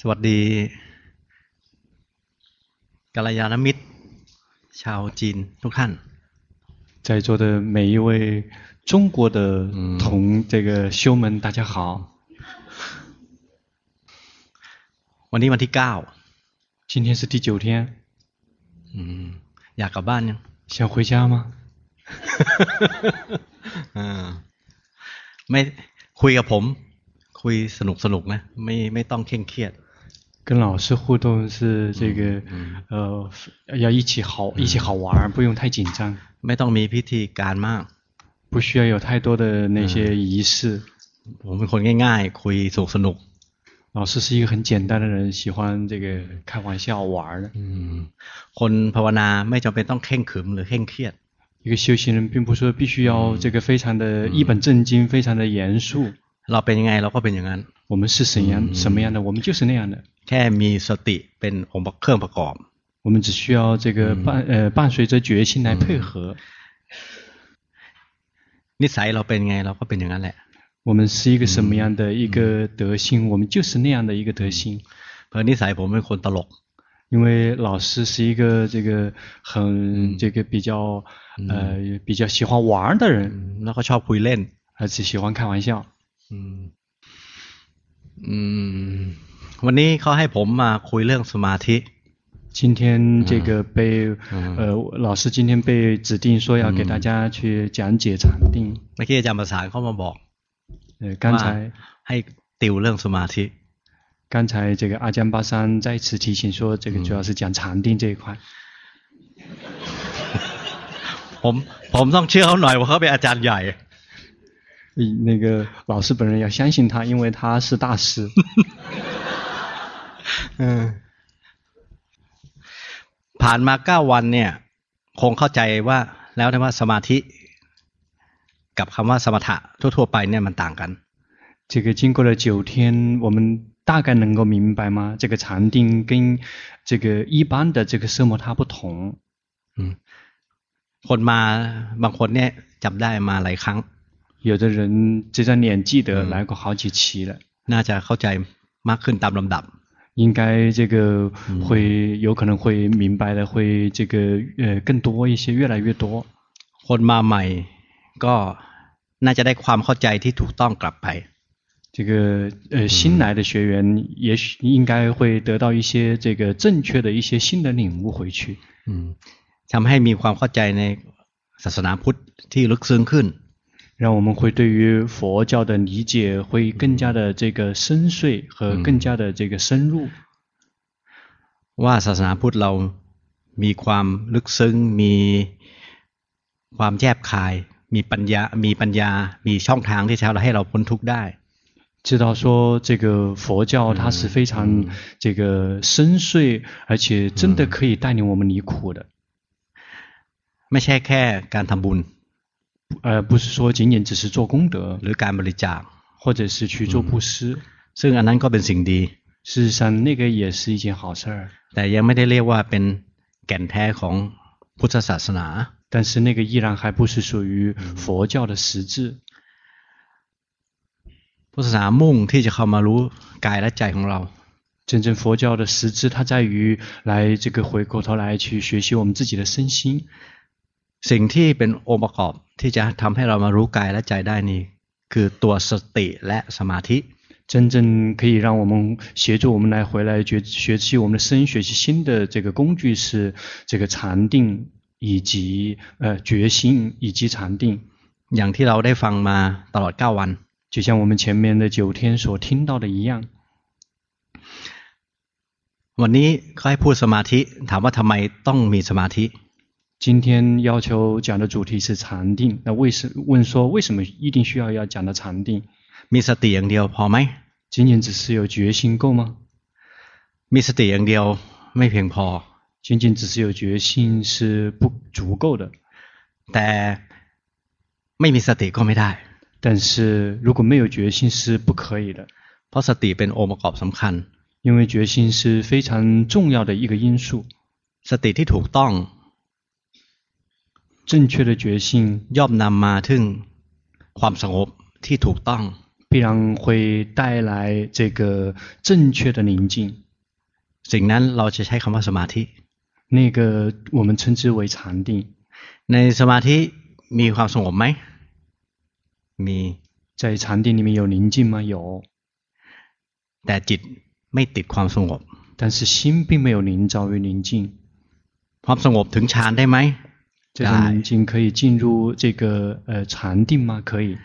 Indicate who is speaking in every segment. Speaker 1: สวัสดีกัลยาณมิตร ชาวจีนทุกท่าน
Speaker 2: 在座的每一位中国的同这个修们，大家好。
Speaker 1: วันนี้วันที่เก้า
Speaker 2: 今天是第九天，
Speaker 1: อืมอยากกลับบ้านยัง
Speaker 2: 想回家吗？
Speaker 1: เออไม่คุยกับผม คุยสนุกสนุกนะ ไม่ไม่ต้องเคร่งเครียด
Speaker 2: 跟老师互动是这个，呃，要一起好，一起好玩儿，不用太紧张，
Speaker 1: ไม่ต้องมีพิธีการมาก
Speaker 2: 不需要有太多的那些仪式。
Speaker 1: ผมเป็นคนง่าย ๆ คุยสนุกสนุก
Speaker 2: 老师是一个很简单的人，喜欢这个开玩笑玩儿的。
Speaker 1: อืมคนภาวนาไม่จำเป็นต้องเคร่งขรึมหรือเคร่งเครียด
Speaker 2: 一个修行人，并不是说必须要这个非常的一本正经，非常的严肃。
Speaker 1: เราเป็นยังไงเราก็เป็นอย่างนั้น
Speaker 2: 我们是怎样什么样的，我们就是那样的。
Speaker 1: แค่มีสติเป็นองค์ประเครื่องประกอบ
Speaker 2: 我们只需要这个伴呃伴随着决心来配合。
Speaker 1: นิสัยเราเป็นไงเราก็เป็นอย่างนั้นแหละ
Speaker 2: 我们是一个什么样的一个德性，我们就是那样的一个德性。
Speaker 1: เพราะนิสัยผมเป็นคนตลก
Speaker 2: 因为老师是一个这个很这个比较呃比较喜欢玩儿的人，
Speaker 1: แล้วก็ชอบคุยเล่น
Speaker 2: 而且喜欢开玩笑。
Speaker 1: อืมอืม วันนี้เขาให้ผมมาคุยเรื่องสมาธิ
Speaker 2: 今天这个被呃老师今天被指定说要给大家去讲解禅定，
Speaker 1: เมื่อกี้อาจารย์ประสานเขามาบอก
Speaker 2: 呃刚
Speaker 1: ว่า
Speaker 2: 才
Speaker 1: ให้ติวเรื่องสมาธิ
Speaker 2: 刚才这个阿江巴桑再次提醒说，这个主要是讲禅定这一块。
Speaker 1: ผมผมต้องเชื่อเขาหน่อยว่าเขาเป็นอาจารย์ใหญ่
Speaker 2: 嗯，那个老师本人要相信他，因为他是大师。
Speaker 1: ผ่านมาเก้าวันเนี่ย คงเข้าใจว่าแล้วนะว่าสมาธิ กับคำว่าสมถะทั่วๆไปเนี่ยมันต่างกัน
Speaker 2: 这个经过了九天，我们大概能够明白吗？这个禅定跟这个一般的这个奢摩他不同。
Speaker 1: คนมาบางคนเนี่ยจำได้มาหลายครั้ง
Speaker 2: 有的人这张脸记得来过好几期了，
Speaker 1: น่าจะเข้าใจมากขึ้นตามลำดับ
Speaker 2: 应该这个会有可能会明白的，会这个呃更多一些，越来越多。
Speaker 1: คนมาใหม่ก็น่าจะได้ความเข้าใจที่ถูกต้องกลับไป
Speaker 2: 这个呃新来的学员，也许应该会得到一些这个正确的一些新的领悟回去。
Speaker 1: อืมทำให้มีความเข้าใจในศาสนาพุทธที่ลึกซึ้งขึ้น
Speaker 2: 让我们会对于佛教的理解会更加的这个深邃和更加的这个深入。
Speaker 1: ว่าศาสนาพุทธเรามีความลึกซึ้ง มีความแยบคาย มีปัญญา มีปัญญา มีช่องทางที่จะให้เราพ้นทุกข์ได้
Speaker 2: 知道说这个佛教它是非常嗯这个深邃，而且真的可以带领我们离苦的，
Speaker 1: ไม่ใช่แค่การทำบุญ
Speaker 2: 而呃不是说仅仅只是做功德
Speaker 1: หรือการบริจาค
Speaker 2: 或者是去做布施。
Speaker 1: ซึ่งอันนั้นก็เป็นสิ่งดี
Speaker 2: 事实上，那个也是一件好事儿，
Speaker 1: แต่ยังไม่ได้เรียกว่าเป็นแก่นแท้ของพุทธศาสนา
Speaker 2: 但是那个依然还不是属于佛教的实质。
Speaker 1: พุทธศาสนามุ่งที่จะเข้ามารู้กายและใจของเรา
Speaker 2: 真正佛教的实质，它在于来这个回过头来去学习我们自己的身心。
Speaker 1: สิ่งที่เป็นองค์ประกอบที่จะทำให้เรามารู้กายและใจได้นี่คือตัวสติและสมาธิ
Speaker 2: 真正可以让我们协助我们来回来学学习我们的身、学习心的这个工具是这个禅定以及呃决心以及禅定。
Speaker 1: อย่างที่เราได้ฟังมาตลอด 9 วัน
Speaker 2: 就像我们前面的九天所听到的一样，
Speaker 1: วันนี้เขาให้พูดสมาธิ ถามว่าทำไมต้องมีสมาธิ
Speaker 2: 今天要求讲的主题是禅定。那为什问说为什么一定需要要讲到禅定？
Speaker 1: มีสติอย่างเดียวพอไหม
Speaker 2: 仅仅只是有决心够吗？
Speaker 1: มีสติอย่างเดียวไม่เพียงพอ
Speaker 2: 仅仅只是有决心是不足够的。
Speaker 1: แต่ไม่มีสติก็ไม่ได้
Speaker 2: 但是如果没有决心是不可以的。
Speaker 1: เพราะสติเป็นองค์ประกอบสำคัญ
Speaker 2: 因为决心是非常重要的一个因素。
Speaker 1: สติที่ถูกต้อง
Speaker 2: 正确的决心
Speaker 1: ย่อมนำมาถึงความสงบที่ถูกต้อง
Speaker 2: 必必然会带来这个正确的宁静。
Speaker 1: สิ่งนั้นเราจะใช้คำว่าสมาธิ
Speaker 2: 那个我们称之为禅定。
Speaker 1: ในสมาธิมีความสงบไหม มี
Speaker 2: 在禅定里面有宁静吗？有，
Speaker 1: แต่จิตไม่ติดความสงบ
Speaker 2: 但是心并没有临着于宁静。
Speaker 1: ความสงบถึงฌานได้ไหม
Speaker 2: 这种
Speaker 1: 哎
Speaker 2: 宁静可以进入这个呃禅定吗？可以，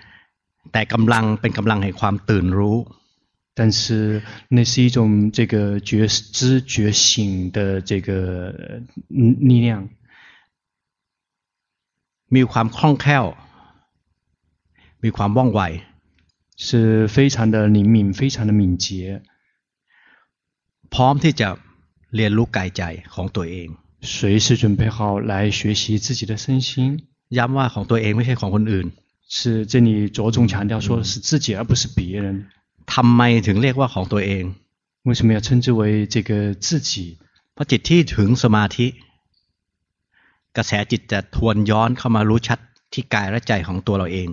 Speaker 1: แต่กำลังเป็นกำลังแห่งความตื่นรู้
Speaker 2: 但是那是一种这个觉知觉醒的这个呃嗯力量，
Speaker 1: มีความคล่องแคล่ว มีความว่องไว
Speaker 2: 是非常的灵敏，非常的敏捷，
Speaker 1: พร้อมที่จะเรียนรู้กายใจของตัวเอง
Speaker 2: 随时准备好来学习自己的身心。
Speaker 1: ย้ำว่าของตัวเองไม่ใช่ของคนอื่น
Speaker 2: 是这里着重强调说的是自己，而不是别人。
Speaker 1: ทำไมถึงเรียกว่าของตัวเอง
Speaker 2: 为什么要称之为这个自己？
Speaker 1: เพราะจิตที่ถึงสมาธิ กระแสจิตจะทวนย้อนเข้ามารู้ชัดที่กายและใจของตัวเราเอง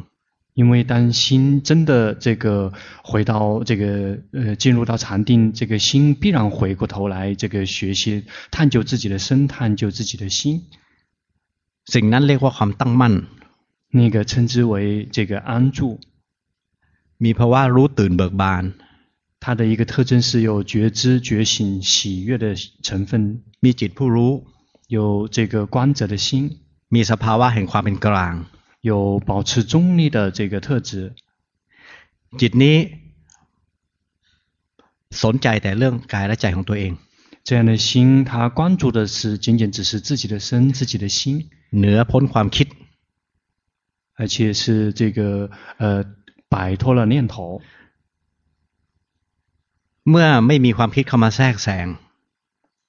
Speaker 2: 因为当心真的这个回到这个呃进入到禅定，这个心必然回过头来这个学习探究自己的身，探究自己的心，
Speaker 1: สิ่งนั้นเรียกว่าความตั้งมั่น
Speaker 2: 那个称之为这个安住。
Speaker 1: มีภาวะรู้ตื่นเบิกบาน
Speaker 2: 它的一个特征是有觉知、觉醒、喜悦的成分，
Speaker 1: มีจิตผู้รู้
Speaker 2: 有这个观者的心，
Speaker 1: มีสภาวะแห่งความเป็นกลาง
Speaker 2: 有保持中立的这个特质。
Speaker 1: จิตนี้ สนใจแต่เรื่องกายและใจของตัวเอง
Speaker 2: 这样的心，它关注的是仅仅只是自己的身、自己的心，
Speaker 1: เหนือพ้นความคิด
Speaker 2: 而且是这个呃摆脱了念头。
Speaker 1: เมื่อไม่มีความคิดเข้ามาแทรกแซง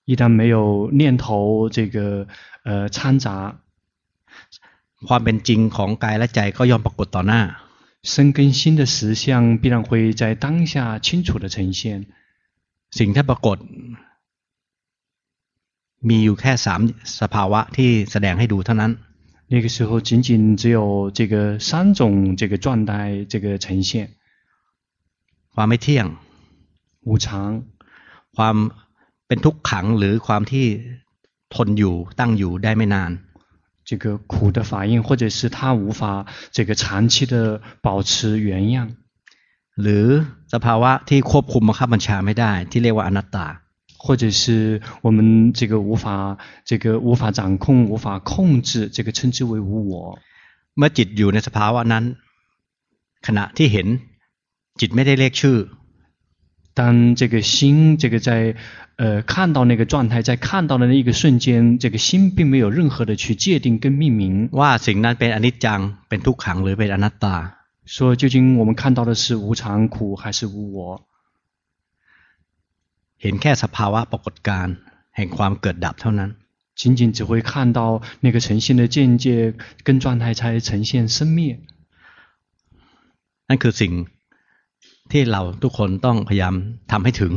Speaker 2: 一旦没有念头这个呃掺杂，
Speaker 1: ความเป็นจริงของกายและใจก็ย่อมปรากฏต่อหน้า
Speaker 2: 生根心的实相必然会在当下清楚的呈现。
Speaker 1: สิ่งที่ปรากฏ มีอยู่แค่สามสภาวะที่แสดงให้ดูเท่านั้น
Speaker 2: 那个时候，仅仅只有这个三种这个状态这个呈现：
Speaker 1: ความไม่เที่ยง
Speaker 2: 无常、
Speaker 1: ความเป็นทุกขังหรือความที่ทนอยู่ตั้งอยู่ได้ไม่นาน
Speaker 2: 这个苦的法印，或者是它无法这个长期的保持原样，
Speaker 1: หรือสภาวะที่ควบคุมบังคับบัญชาไม่ได้ ที่เรียกว่าอนัตตา
Speaker 2: 或者是我们这个无法这个无法掌控、无法控制，这个称之为无我。
Speaker 1: เมื่อจิตอยู่ในสภาวะนั้น ขณะที่เห็นจิตไม่ได้เรียกชื่อ
Speaker 2: 当这个心这个在呃看到那个状态，在看到的那一个瞬间，这个心并没有任何的去界定跟命名，
Speaker 1: ว่าสิ่งนั้นเป็นอนิจจังเป็นทุกขังหรือเป็นอนัตตา
Speaker 2: 说究竟我们看到的是无常、苦还是无我，
Speaker 1: เห็นแค่สภาวะปรากฏการณ์แห่งความเกิดดับเท่านั้น
Speaker 2: 仅仅只会看到那个呈现的境界跟状态才呈现生灭。
Speaker 1: นั่นคือสิ่งที่เราทุกคนต้องพยายามทำให้ถึง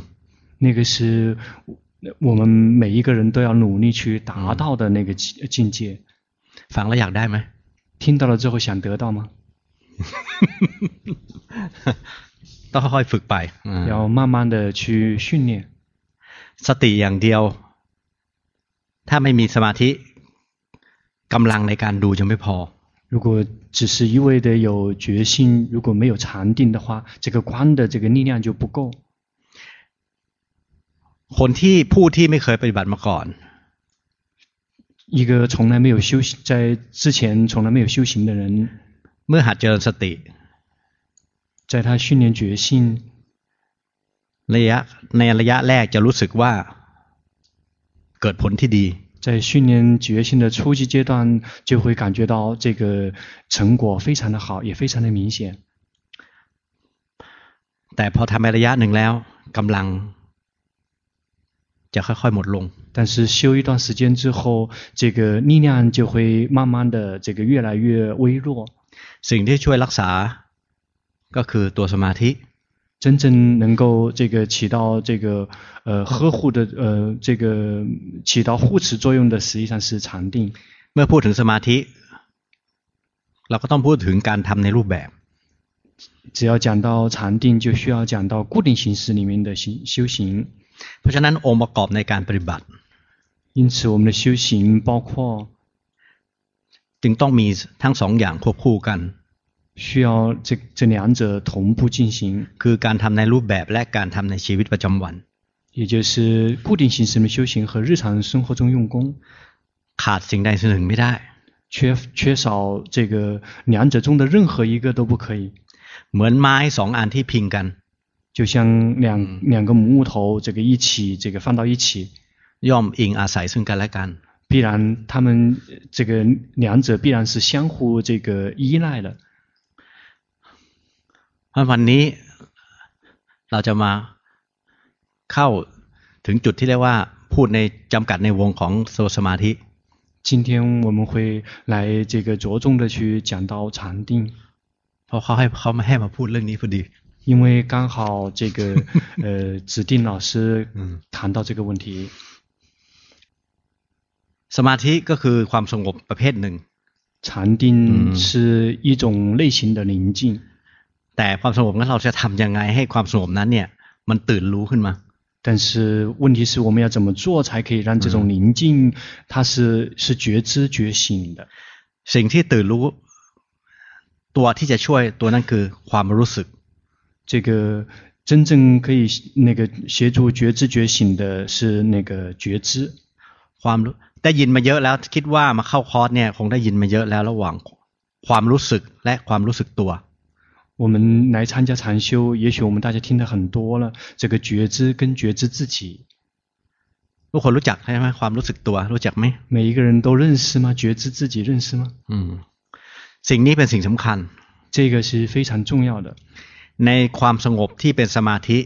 Speaker 2: 那个是我们每一个人都要努力去达到的那个境境界。
Speaker 1: ฟังแล้วอยากได้ไหม
Speaker 2: 听到了之后想得到吗？
Speaker 1: ต้องค่อยๆฝึกไปอืม
Speaker 2: 要慢慢的去训练。
Speaker 1: สติอย่างเดียว ถ้าไม่มีสมาธิกำลังในการดูจะไม่พอ
Speaker 2: 如果只是一味的有决心，如果没有禅定的话，这个观的这个力量就不够。
Speaker 1: คนที่ผู้ที่ไม่เคยปฏิบัติมาก่อน
Speaker 2: 一个从来没有修行，在之前从来没有修行的人，
Speaker 1: เมื่อหัดเจริญสติ
Speaker 2: 在他训练决心
Speaker 1: ระยะในระยะแรกจะรู้สึกว่า เกิดผลที่ดี
Speaker 2: 在训练决心的初级阶段，就会感觉到这个成果非常的好，也非常的明显。
Speaker 1: แต่พอทำไประยะหนึ่งแล้วกำลัง จะค่อยๆหมดลง
Speaker 2: 但是修一段时间之后，这个力量就会慢慢的这个越来越微弱。
Speaker 1: สิ่งที่ช่วยรักษาก็คือตัวสมาธิ
Speaker 2: 真正能够这个起到这个呃呵护的呃这个起到护持作用的，实际上是禅定。
Speaker 1: เมื่อพูดถึงสมาธิ เราก็ต้องพูดถึงการทำในรูปแบบ
Speaker 2: 只要讲到禅定，就需要讲到固定形式里面的行修行。
Speaker 1: เพราะฉะนั้นองค์ประกอบในการปฏิบัติ
Speaker 2: 因此，我们的修行包括
Speaker 1: จึงต้องมีทั้งสองอย่างควบคู่กัน
Speaker 2: 需要这这两者同步进行，
Speaker 1: คือการทำในรูปแบบและการทำในชีวิตประจำวัน
Speaker 2: 也就是固定形式的修行和日常生活中用功。
Speaker 1: ขาดสิ่งใดสิ่งหนึ่งไม่ได้
Speaker 2: 缺缺少这个两者中的任何一个都不可以，
Speaker 1: เหมือนไม้สองอันที่พิงกัน
Speaker 2: 就像两、
Speaker 1: 嗯
Speaker 2: 两个木头这个一起这个放到一起，
Speaker 1: ย่อมอิงอาศัยซึ่งกันและกัน
Speaker 2: 必然他们呃这个两者必然是相互这个依赖的。
Speaker 1: เพราะวันนี้เราจะมาเข้าถึงจุดที่เรียกว่าพูดในจำกัดในวงของโซสมาธิ
Speaker 2: 今天我们会来这个着重的去讲到禅定，
Speaker 1: เพราะเขาให้เขามาให้มาพูดเรื่องนี้พอดี
Speaker 2: 因为刚好 这个呃指定老师
Speaker 1: 嗯
Speaker 2: 谈到这个问题，
Speaker 1: สมาธิก็คือความสงบประเภทหนึ่ง
Speaker 2: 禅
Speaker 1: 嗯
Speaker 2: 定是一种类型的宁静。
Speaker 1: แต่ความสงบนั้นเราจะทำยังไงให้ความสงบนั้นเนี่ย มันตื่นรู้ขึ้นมา
Speaker 2: 但是问题是，我们要怎么做才可以让这种宁静，它是是觉知觉醒的？
Speaker 1: สิ่งที่ตื่นรู้ ตัวที่จะช่วยตัวนั้นคือความรู้สึก
Speaker 2: 这个真正可以那个协助觉知觉醒的是那个觉知。
Speaker 1: ความรู้ได้ยินมาเยอะแล้วคิดว่ามาเข้าคอร์สเนี่ยคงได้ยินมาเยอะแล้วระหว่างความรู้สึกและความรู้สึกตัว
Speaker 2: 我们来参加禅修，也许我们大家听得很多了，这个觉知跟觉知自己，
Speaker 1: ทุกคนรู้จักใช่ไหมความรู้สึกตัวรู้จักไหม
Speaker 2: 每一个人都认识吗？觉知自己认识吗？
Speaker 1: อืมสิ่งนี้เป็นสิ่งสำคัญ
Speaker 2: 这个是非常重要的。
Speaker 1: ในความสงบที่เป็นสมาธิ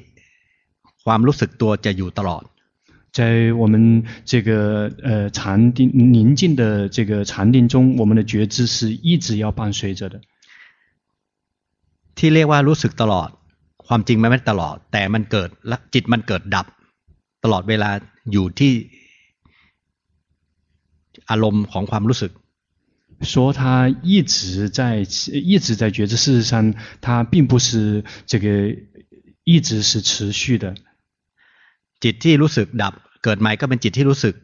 Speaker 1: ความรู้สึกตัวจะอยู่ตลอด
Speaker 2: 在我们这个呃禅定宁静的这个禅定中，我们的觉知是一直要伴随着的。
Speaker 1: ที่เรียกว่ารู้สึกตลอด ความจริงมันไม่ตลอด แต่มันเกิดและจิตมันเกิดดับ ตลอดเวลาอยู่ที่ อารมณ์ของความรู้สึก
Speaker 2: 说他一直在一直在觉知，事实上他并不是这个一直是持续的。
Speaker 1: จิตที่รู้สึกดับ เกิดใหม่ก็เป็นจิตที่รู้สึก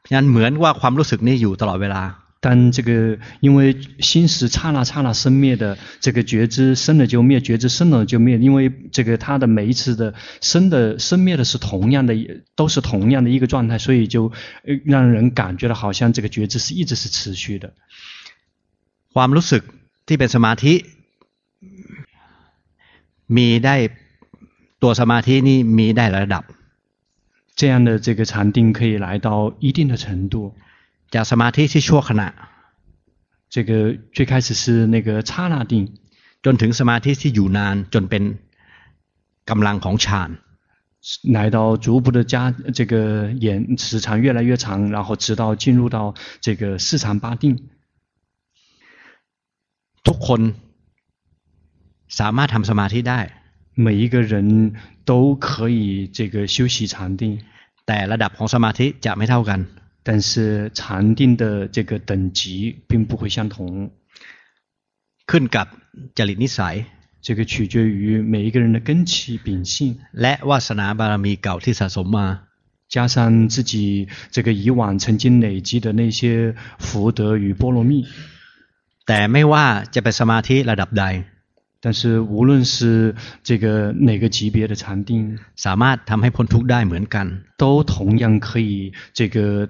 Speaker 1: เพราะฉะนั้นเหมือนว่าความรู้สึกนี้อยู่ตลอดเวลา
Speaker 2: 但这个因为心是刹那刹那生灭的，这个觉知生了就灭，觉知生了就灭，因为这个它的每一次的生的生灭的是同样的，都是同样的一个状态，所以就呃让人感觉到好像这个觉知是一直是持续的。
Speaker 1: ความรู้สึกที่เป็นสมาธิ มีได้ตัวสมาธินี่มีได้หลายระดับ
Speaker 2: 这样的这个禅定可以来到一定的程度。
Speaker 1: จากสมาธิที่ชั่วขณะ
Speaker 2: 这个最开始是那个刹那定，
Speaker 1: จนถึงสมาธิที่อยู่นานจนเป็นกำลังของฌาน
Speaker 2: 来到逐步的加这个延时长越来越长，然后直到进入到这个四禅八定。
Speaker 1: ทุกคนสามารถทำสมาธิได้
Speaker 2: 每一个人都可以这个修习禅定，
Speaker 1: แต่ระดับของสมาธิจะไม่เท่ากัน
Speaker 2: 但是禅定的这个等级并不会相同，
Speaker 1: ขึ้นกับจริตนิสัย
Speaker 2: 这个取决于每一个人的根器秉性，
Speaker 1: และวาสนาบารมีเก่าที่สะสมมา
Speaker 2: 加上自己这个以往曾经累积的那些福德与波罗蜜。
Speaker 1: แต่ไม่ว่าจะเป็นสมาธิระดับใด
Speaker 2: 但是无论是这个哪个级别的禅定，
Speaker 1: สามารถทำให้พ้นทุกข์ได้เหมือนกัน
Speaker 2: 都同样可以这个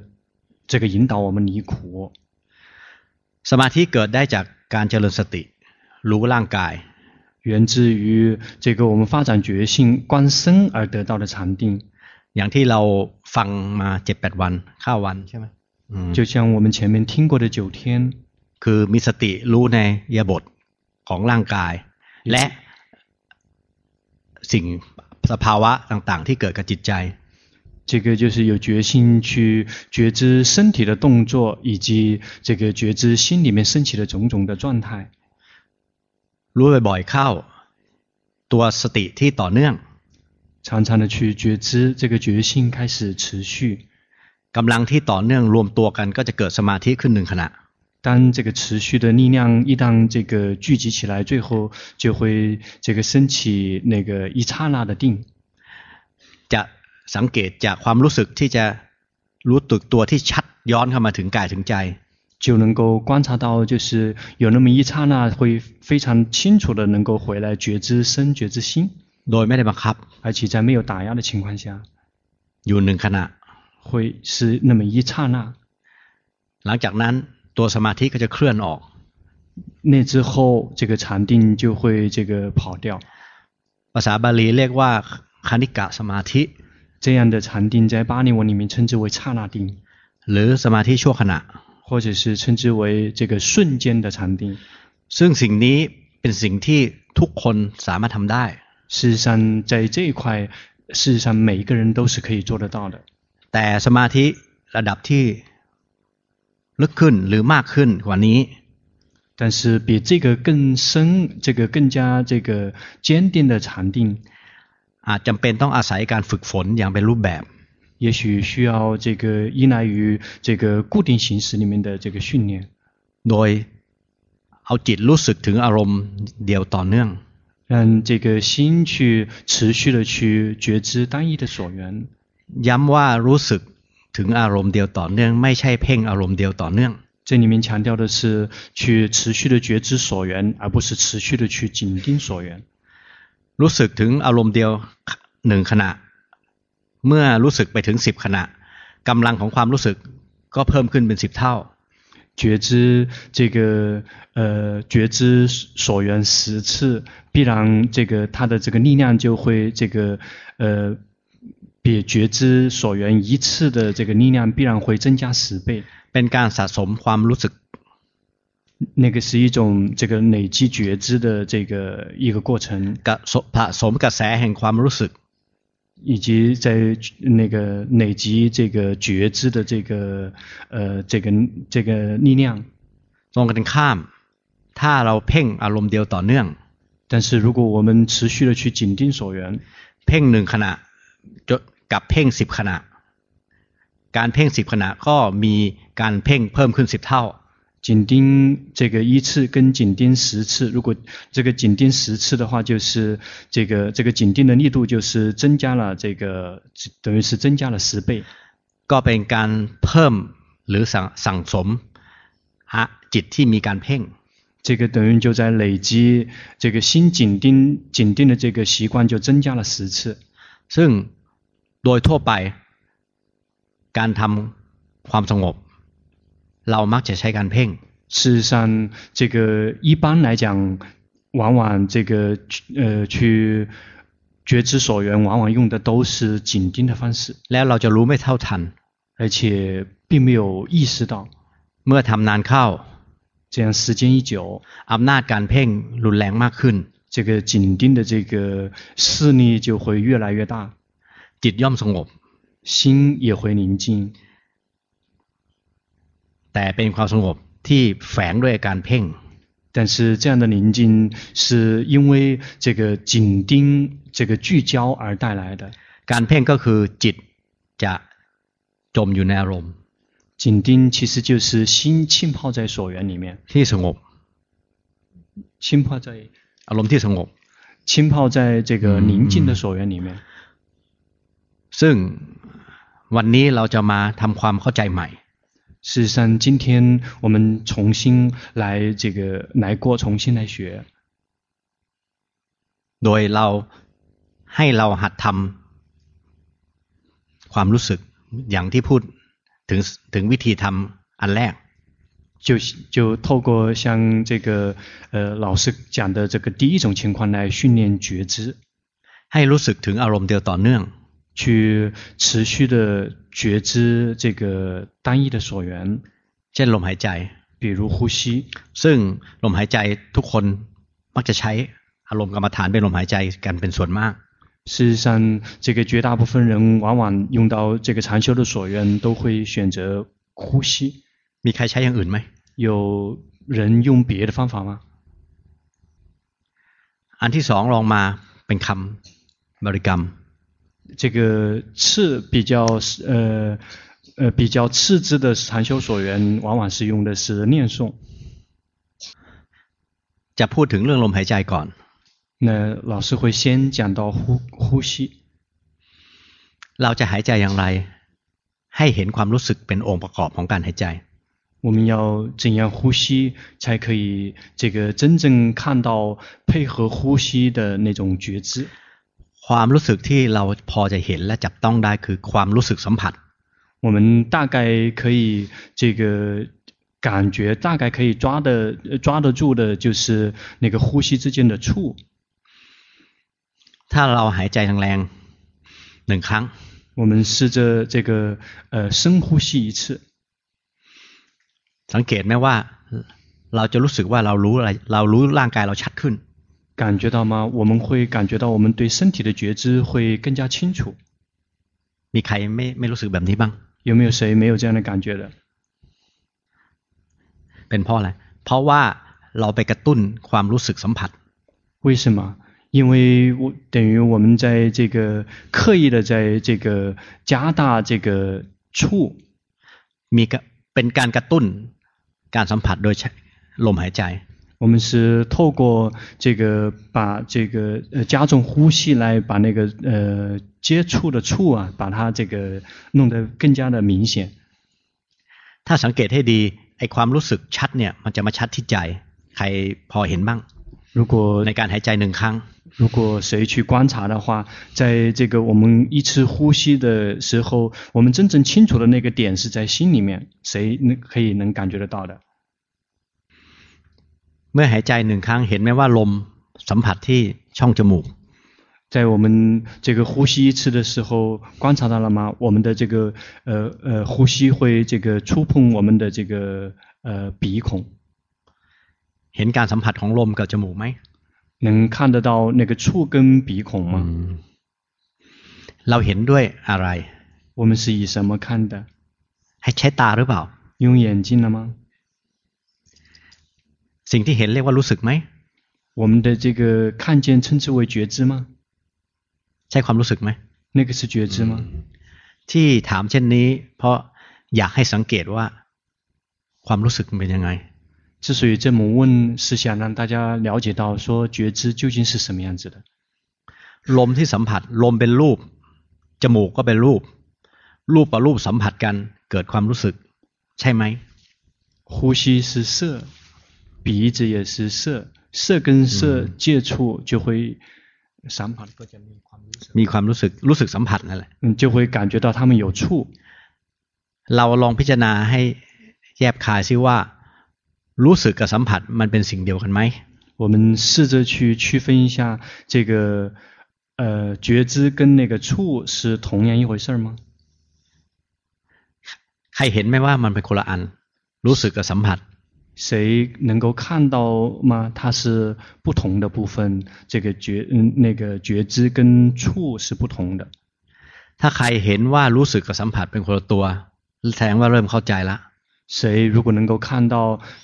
Speaker 2: 这个引导我们离苦。
Speaker 1: สมาธิเกิดได้จากการเจริญสติ รู้ร่างกาย
Speaker 2: 源自于这个我们发展觉性观身而得到的禅定，
Speaker 1: อย่างที่เราฟังมาเจ็ดแปดวันข้าวันใช่ไหมอืม
Speaker 2: 就像我们前面听过的九天，
Speaker 1: คือมีสติรู้ในยาบทของร่างกาย และสิ่งสภาวะต่างๆ ที่เกิดกับจิตใจ
Speaker 2: 这个就是有决心去觉知身体的动作，以及这个觉知心里面升起的种种的状态。
Speaker 1: รู้บ่อยๆเข้า ตัวสติที่ต่อเนื่อง
Speaker 2: 常常的去觉知这个觉性开始持续，
Speaker 1: กำลังที่ต่อเนื่องรวมตัวกันก็จะเกิดสมาธิขึ้นหนึ่งขณะ
Speaker 2: 当这个持续的力量一旦这个聚集起来，最后就会这个升起那个一刹那的定。
Speaker 1: จะสังเกตจากความรู้สึกที่จะรู้ตึกตัวที่ชัดย้อนเข้ามาถึงกายถึงใจ
Speaker 2: 就能够观察到，就是有那么一刹那会非常清楚的能够回来觉知身、觉知心，
Speaker 1: โดยไม่ได้บังคับ
Speaker 2: 而且在没有打压的情况下，
Speaker 1: อยู่หนึ่งขณะ
Speaker 2: 会是那么一刹那。
Speaker 1: หลังจากนั้นตัวสมาธิก็จะเคลื่อนออก
Speaker 2: 那之后，这个禅定就会这个跑掉。
Speaker 1: ภาษาบาลีเรียกว่าคณิกะสมาธิ
Speaker 2: 这样的禅定在巴利文里面称之为刹那定，
Speaker 1: หรือสมาธิชั่วขณะ
Speaker 2: 或者是称之为这个瞬间的禅定。
Speaker 1: ซึ่งสิ่งนี้เป็นสิ่งที่ทุกคนสามารถทำได้
Speaker 2: 事实上，在这一块，事实上每一个人都是可以做得到的。
Speaker 1: แต่สมาธิระดับที่ลึกขึ้นหรือมากขึ้นกว่านี้
Speaker 2: 但是比这个更深、这个更加这个坚定的禅定，
Speaker 1: อาจจำเป็นต้องอาศัยการฝึกฝนอย่างเป็นรูปแบบ
Speaker 2: 也许需要这个依赖于这个固定形式里面的这个训练，
Speaker 1: โดยเอาจิตรู้สึกถึงอารมณ์เดียวต่อเนื่อง
Speaker 2: 让这个心去持续的去觉知单一的所缘。
Speaker 1: ย้ำว่ารู้สึกถึงอารมณ์เดียวต่อเนื่อง ไม่ใช่เพ่งอารมณ์เดียวต่อเนื่อง
Speaker 2: 这里面强调的是去持续的觉知所缘，而不是持续的去紧盯所缘。
Speaker 1: รู้สึกถึงอารมณ์เดียวหนึ่งขณะ เมื่อรู้สึกไปถึงสิบขณะกำลังของความรู้สึกก็เพิ่มขึ้นเป็นสิบเท่า
Speaker 2: 觉知这个呃，觉知所缘十次，必然这个它的这个力量就会这个呃，比觉知所缘一次的这个力量必然会增加十倍。
Speaker 1: เป็นการสะสมความรู้สึก
Speaker 2: 那个是一种这个累积觉知的这个一个过程，
Speaker 1: กระสสะสมกระแสแห่งความรู้สึก
Speaker 2: 以及在那个累积这个觉知的这个呃这个这个力量。
Speaker 1: ตรงกันข้าม ถ้าเราเพ่งอารมณ์เดียวต่อเนื่อง
Speaker 2: 但是如果我们持续的去紧盯所缘，
Speaker 1: เพ่งหนึ่งขณะจนกับเพ่งสิบขณะ การเพ่งสิบขณะก็มีการเพ่งเพิ่มขึ้นสิบเท่า
Speaker 2: 紧盯这个一次跟紧盯十次，如果这个紧盯十次的话，就是这个这个紧盯的力度就是增加了这个等于是增加了十倍，
Speaker 1: ก็เป็นการเพิ่มหรือสั่งสั่งสมฮะจิตที่มีการเพ่ง
Speaker 2: 这个等于就在累积这个新紧盯紧盯的这个习惯就增加了十次。
Speaker 1: ซึ่งโดยทั่วไป การทำความสงบ เรามักจะใช้การเพ่ง
Speaker 2: 事实上，这个一般来讲，往往这个呃去觉知所缘，往往用的都是紧盯的方式，
Speaker 1: แล้วเราจะรู้ไม่เท่าทัน
Speaker 2: 而且并没有意识到。
Speaker 1: เมื่อทำนานเข้า
Speaker 2: 这样时间一久，
Speaker 1: อำนาจการเพ่งรุนแรงมากขึ้น
Speaker 2: 这个紧盯的这个势力就会越来越大，
Speaker 1: จิตย่อมสงบ
Speaker 2: 心也会宁静。
Speaker 1: แต่เป็นความสงบที่แฝงด้วยการเพ่ง
Speaker 2: 但是这样的宁静是因为这个紧盯、这个聚焦而带来的。
Speaker 1: การเพ่งก็คือจิตจะจมอยู่ในอารมณ์
Speaker 2: 紧盯其实就是心浸泡在所缘里面，
Speaker 1: ที่สงบ
Speaker 2: 浸泡在
Speaker 1: อารมณ์ที่สงบ
Speaker 2: 浸泡在这个宁静的所缘里面。
Speaker 1: ซึ่งวันนี้เราจะมาทำความเข้าใจใหม่
Speaker 2: 事实上，今天我们重新来这个来过，重新来学。
Speaker 1: โดยเราให้เราหัดทำความรู้สึกอย่างที่พูดถึงถึงวิธีทำอันแรก
Speaker 2: 就就透过像这个呃老师讲的这个第一种情况来训练觉知，
Speaker 1: ให้รู้สึกถึงอารมณ์เดียวต่อเนื่อง
Speaker 2: 去持续的觉知这个单一的所缘，
Speaker 1: เช่นลมหายใจ
Speaker 2: 比如呼吸。
Speaker 1: ซึ่งลมหายใจทุกคนมักจะใช้อารมณ์กรรมฐานเป็นลมหายใจกันเป็นส่วนมาก
Speaker 2: 事实上，这个绝大部分人往往用到这个禅修的所缘，都会选择呼吸。
Speaker 1: มีใครใช้อย่างอื่นไหม
Speaker 2: 有人用别的方法吗？
Speaker 1: อันที่สองลองมาเป็นคำบริกรรม
Speaker 2: 这个次比较呃呃，比较次之的禅修所缘，往往是用的是念诵。
Speaker 1: จะพูดถึงเรื่องลมหายใจก่อน
Speaker 2: 那老师会先讲到呼呼吸，
Speaker 1: เราจะหายใจอย่างไร ให้เห็นความรู้สึกเป็นองค์ประกอบของการหายใจ
Speaker 2: 我们要怎样呼吸才可以这个真正看到配合呼吸的那种觉知？
Speaker 1: ความรู้สึกที่เราพอจะเห็นและจับต้องได้คือความรู้สึกสัมผัส
Speaker 2: 我们大概可以这个感觉，大概可以抓的呃抓得住的，就是那个呼吸之间的触。
Speaker 1: ถ้าเราหายใจแรงๆหนึ่งครั้ง
Speaker 2: 我们试着这个呃深呼吸一次，
Speaker 1: สังเกตไหมว่าเราจะรู้สึกว่าเรารู้อะไร เรารู้ร่างกายเราชัดขึ้น
Speaker 2: 感觉到吗？我们会感觉到我们对身体的觉知会更加清楚。
Speaker 1: มีใครไม่ไม่รู้สึกแบบนี้บ้าง
Speaker 2: 有没有谁没有这样的感觉的？
Speaker 1: เป็นเพราะอะไร เพราะว่าเราไปกระตุ้นความรู้สึกสัมผัส
Speaker 2: 为什么？因为我等于我们在这个刻意的在这个加大这个触，
Speaker 1: มีกระเป็นการกระตุ้นการสัมผัสโดยใช้ลมหายใจ
Speaker 2: 我们是透过这个把这个呃加重呼吸来把那个呃接触的触啊，把它这个弄得更加的明显。
Speaker 1: ถ้าสังเกตให้ดีไอความรู้สึกชัดเนี่ยมันจะมาชัดที่ใจ ใครพอเห็นบ้าง
Speaker 2: 如果
Speaker 1: ในการหายใจหนึ่งครั้ง
Speaker 2: 如果谁去观察的话，在这个我们一次呼吸的时候，我们真正清楚的那个点是在心里面，谁能可以能感觉得到的？
Speaker 1: เมื่อหายใจหนึ่งครั้งเห็นไหมว่าลมสัมผัสที่ช่องจมูก
Speaker 2: 在我们这个呼吸一次的时候，观察到了吗？我们的这个呃呃呼吸会这个触碰我们的这个呃鼻孔，
Speaker 1: เห็นการสัมผัสของลมกับจมูกไหม
Speaker 2: 能看得到那个触跟鼻孔吗？
Speaker 1: เราเห็นด้วยอะไร
Speaker 2: 我们是以什么看的？
Speaker 1: ให้ใช้ตาหรือเปล่า
Speaker 2: 用眼睛了吗？
Speaker 1: สิ่งที่เห็นเรียกว่ารู้สึกไหม
Speaker 2: 我们的这个看见称之为觉知吗？
Speaker 1: ใช่ความรู้สึกไหม
Speaker 2: 那个是觉知吗？
Speaker 1: ที่ถามเช่นนี้ เพราะอยากให้สังเกตว่าความรู้สึกมันเป็นยังไง
Speaker 2: 之所以这么问，是想让大家了解到说觉知究竟是什么样子的。
Speaker 1: ลมที่สัมผัสลมเป็นรูป จมูกก็เป็นรูป รูปกับรูปสัมผัสกันเกิดความรู้สึก ใช่ไหม
Speaker 2: 呼吸是色，鼻子也是色，色跟色接触就会三跑，
Speaker 1: มีความรู้สึกรู้สึกสัมผัสนั่นแหละ
Speaker 2: 嗯，就会感觉到它们有触。
Speaker 1: เราลองพิจารณาให้แยบคายซิว่า รู้สึกกับสัมผัสมันเป็นสิ่งเดียวกันไหม
Speaker 2: 我们试着去区分一下这个呃觉知跟那个触是同样一回事儿吗？
Speaker 1: ใครเห็นไหมว่ามันเป็นคนละอัน รู้สึกกับสัมผัส
Speaker 2: 谁能够看到吗？它是不同的部分，这个觉嗯那个觉知跟触是不同的。
Speaker 1: ถ้าใครเห็นว่ารู้สึกกับสัมผัสเป็นคนละตัวแสดงว่าเริ่มเข้าใจละ
Speaker 2: 谁如果能够看到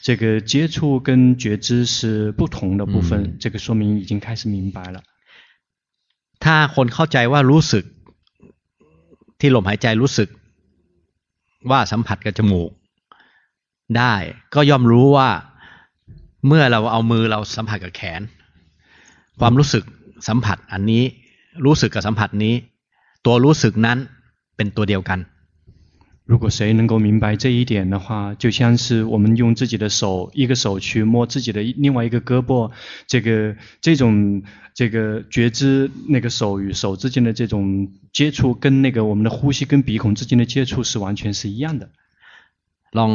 Speaker 2: 这个接触跟觉知是不同的部分，
Speaker 1: 嗯
Speaker 2: 这个说明已经开始明白了。
Speaker 1: ถ้าคนเข้าใจว่ารู้สึก ที่ลมหายใจรู้สึก ว่าสัมผัสกับจมูก ได้ก็ย่อมรู้ว่า เมื่อเราเอามือเราสัมผัสกับแขน ความรู้สึกสัมผัสอันนี้ รู้สึกกับสัมผัสนี้ ตัวรู้สึกนั้นเป็นตัวเดียวกัน
Speaker 2: 如果谁能够明白这一点的话，就像是我们用自己的手，一个手去摸自己的一另外一个胳膊，这个这种这个觉知那个手与手之间的这种接触，跟那个我们的呼吸跟鼻孔之间的接触是完全是一样的。
Speaker 1: ลอง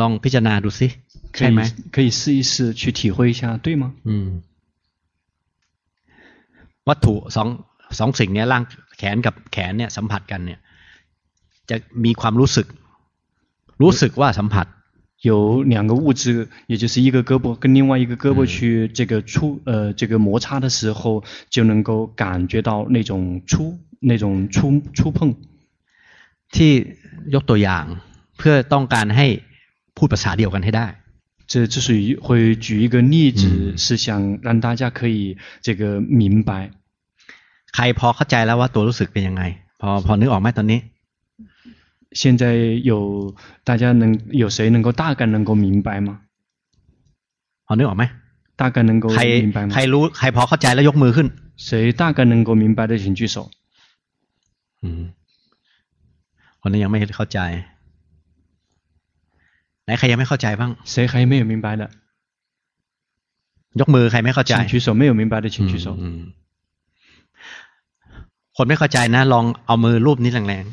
Speaker 1: ลองพิจารณาดูสิใช่
Speaker 2: 可以
Speaker 1: ไหม
Speaker 2: 可以试一试，去体会一下，对吗？
Speaker 1: อืม วัตถุสองสองสิ่งเนี้ยร่างแขนกับแขนเนี่ย สัมผัสกันเนี่ย จะมีความรู้สึก รู้สึกว่าสัมผัส
Speaker 2: 有两个物质，也就是一个胳膊跟另外一个胳膊去这个触呃这个摩擦的时候，就能够感觉到那种触那种触触碰。
Speaker 1: ที่ยกตัวอย่างเพื่อต้องการให้พูดภาษาเดียวกันให้ได้
Speaker 2: 这之所以会举一个例子，是想让大家可以这个明白。
Speaker 1: ใครพอเข้าใจแล้วว่าตัวรู้สึกเป็นยังไง พอพอนึกออกไหมตอนนี้
Speaker 2: 现在有大家能有谁能够大概能够明白吗？
Speaker 1: พอนึกออกไหม
Speaker 2: 大概能够
Speaker 1: ใคร
Speaker 2: 明白吗
Speaker 1: ใคร？รู้ใครพอเข้าใจแล้วยกมือขึ้น
Speaker 2: 谁大概能够明白的，请举手。
Speaker 1: อืมคนนี้ยังไม่เข้าใจไหนใครยังไม่เข้าใจบ้าง
Speaker 2: 谁还没有明白的，
Speaker 1: ยกมือใครไม่เข้าใจ
Speaker 2: 请举手；没有明白的，请举手。
Speaker 1: อืมคนไม่เข้าใจนะ ลองเอามือรูปนี้แรง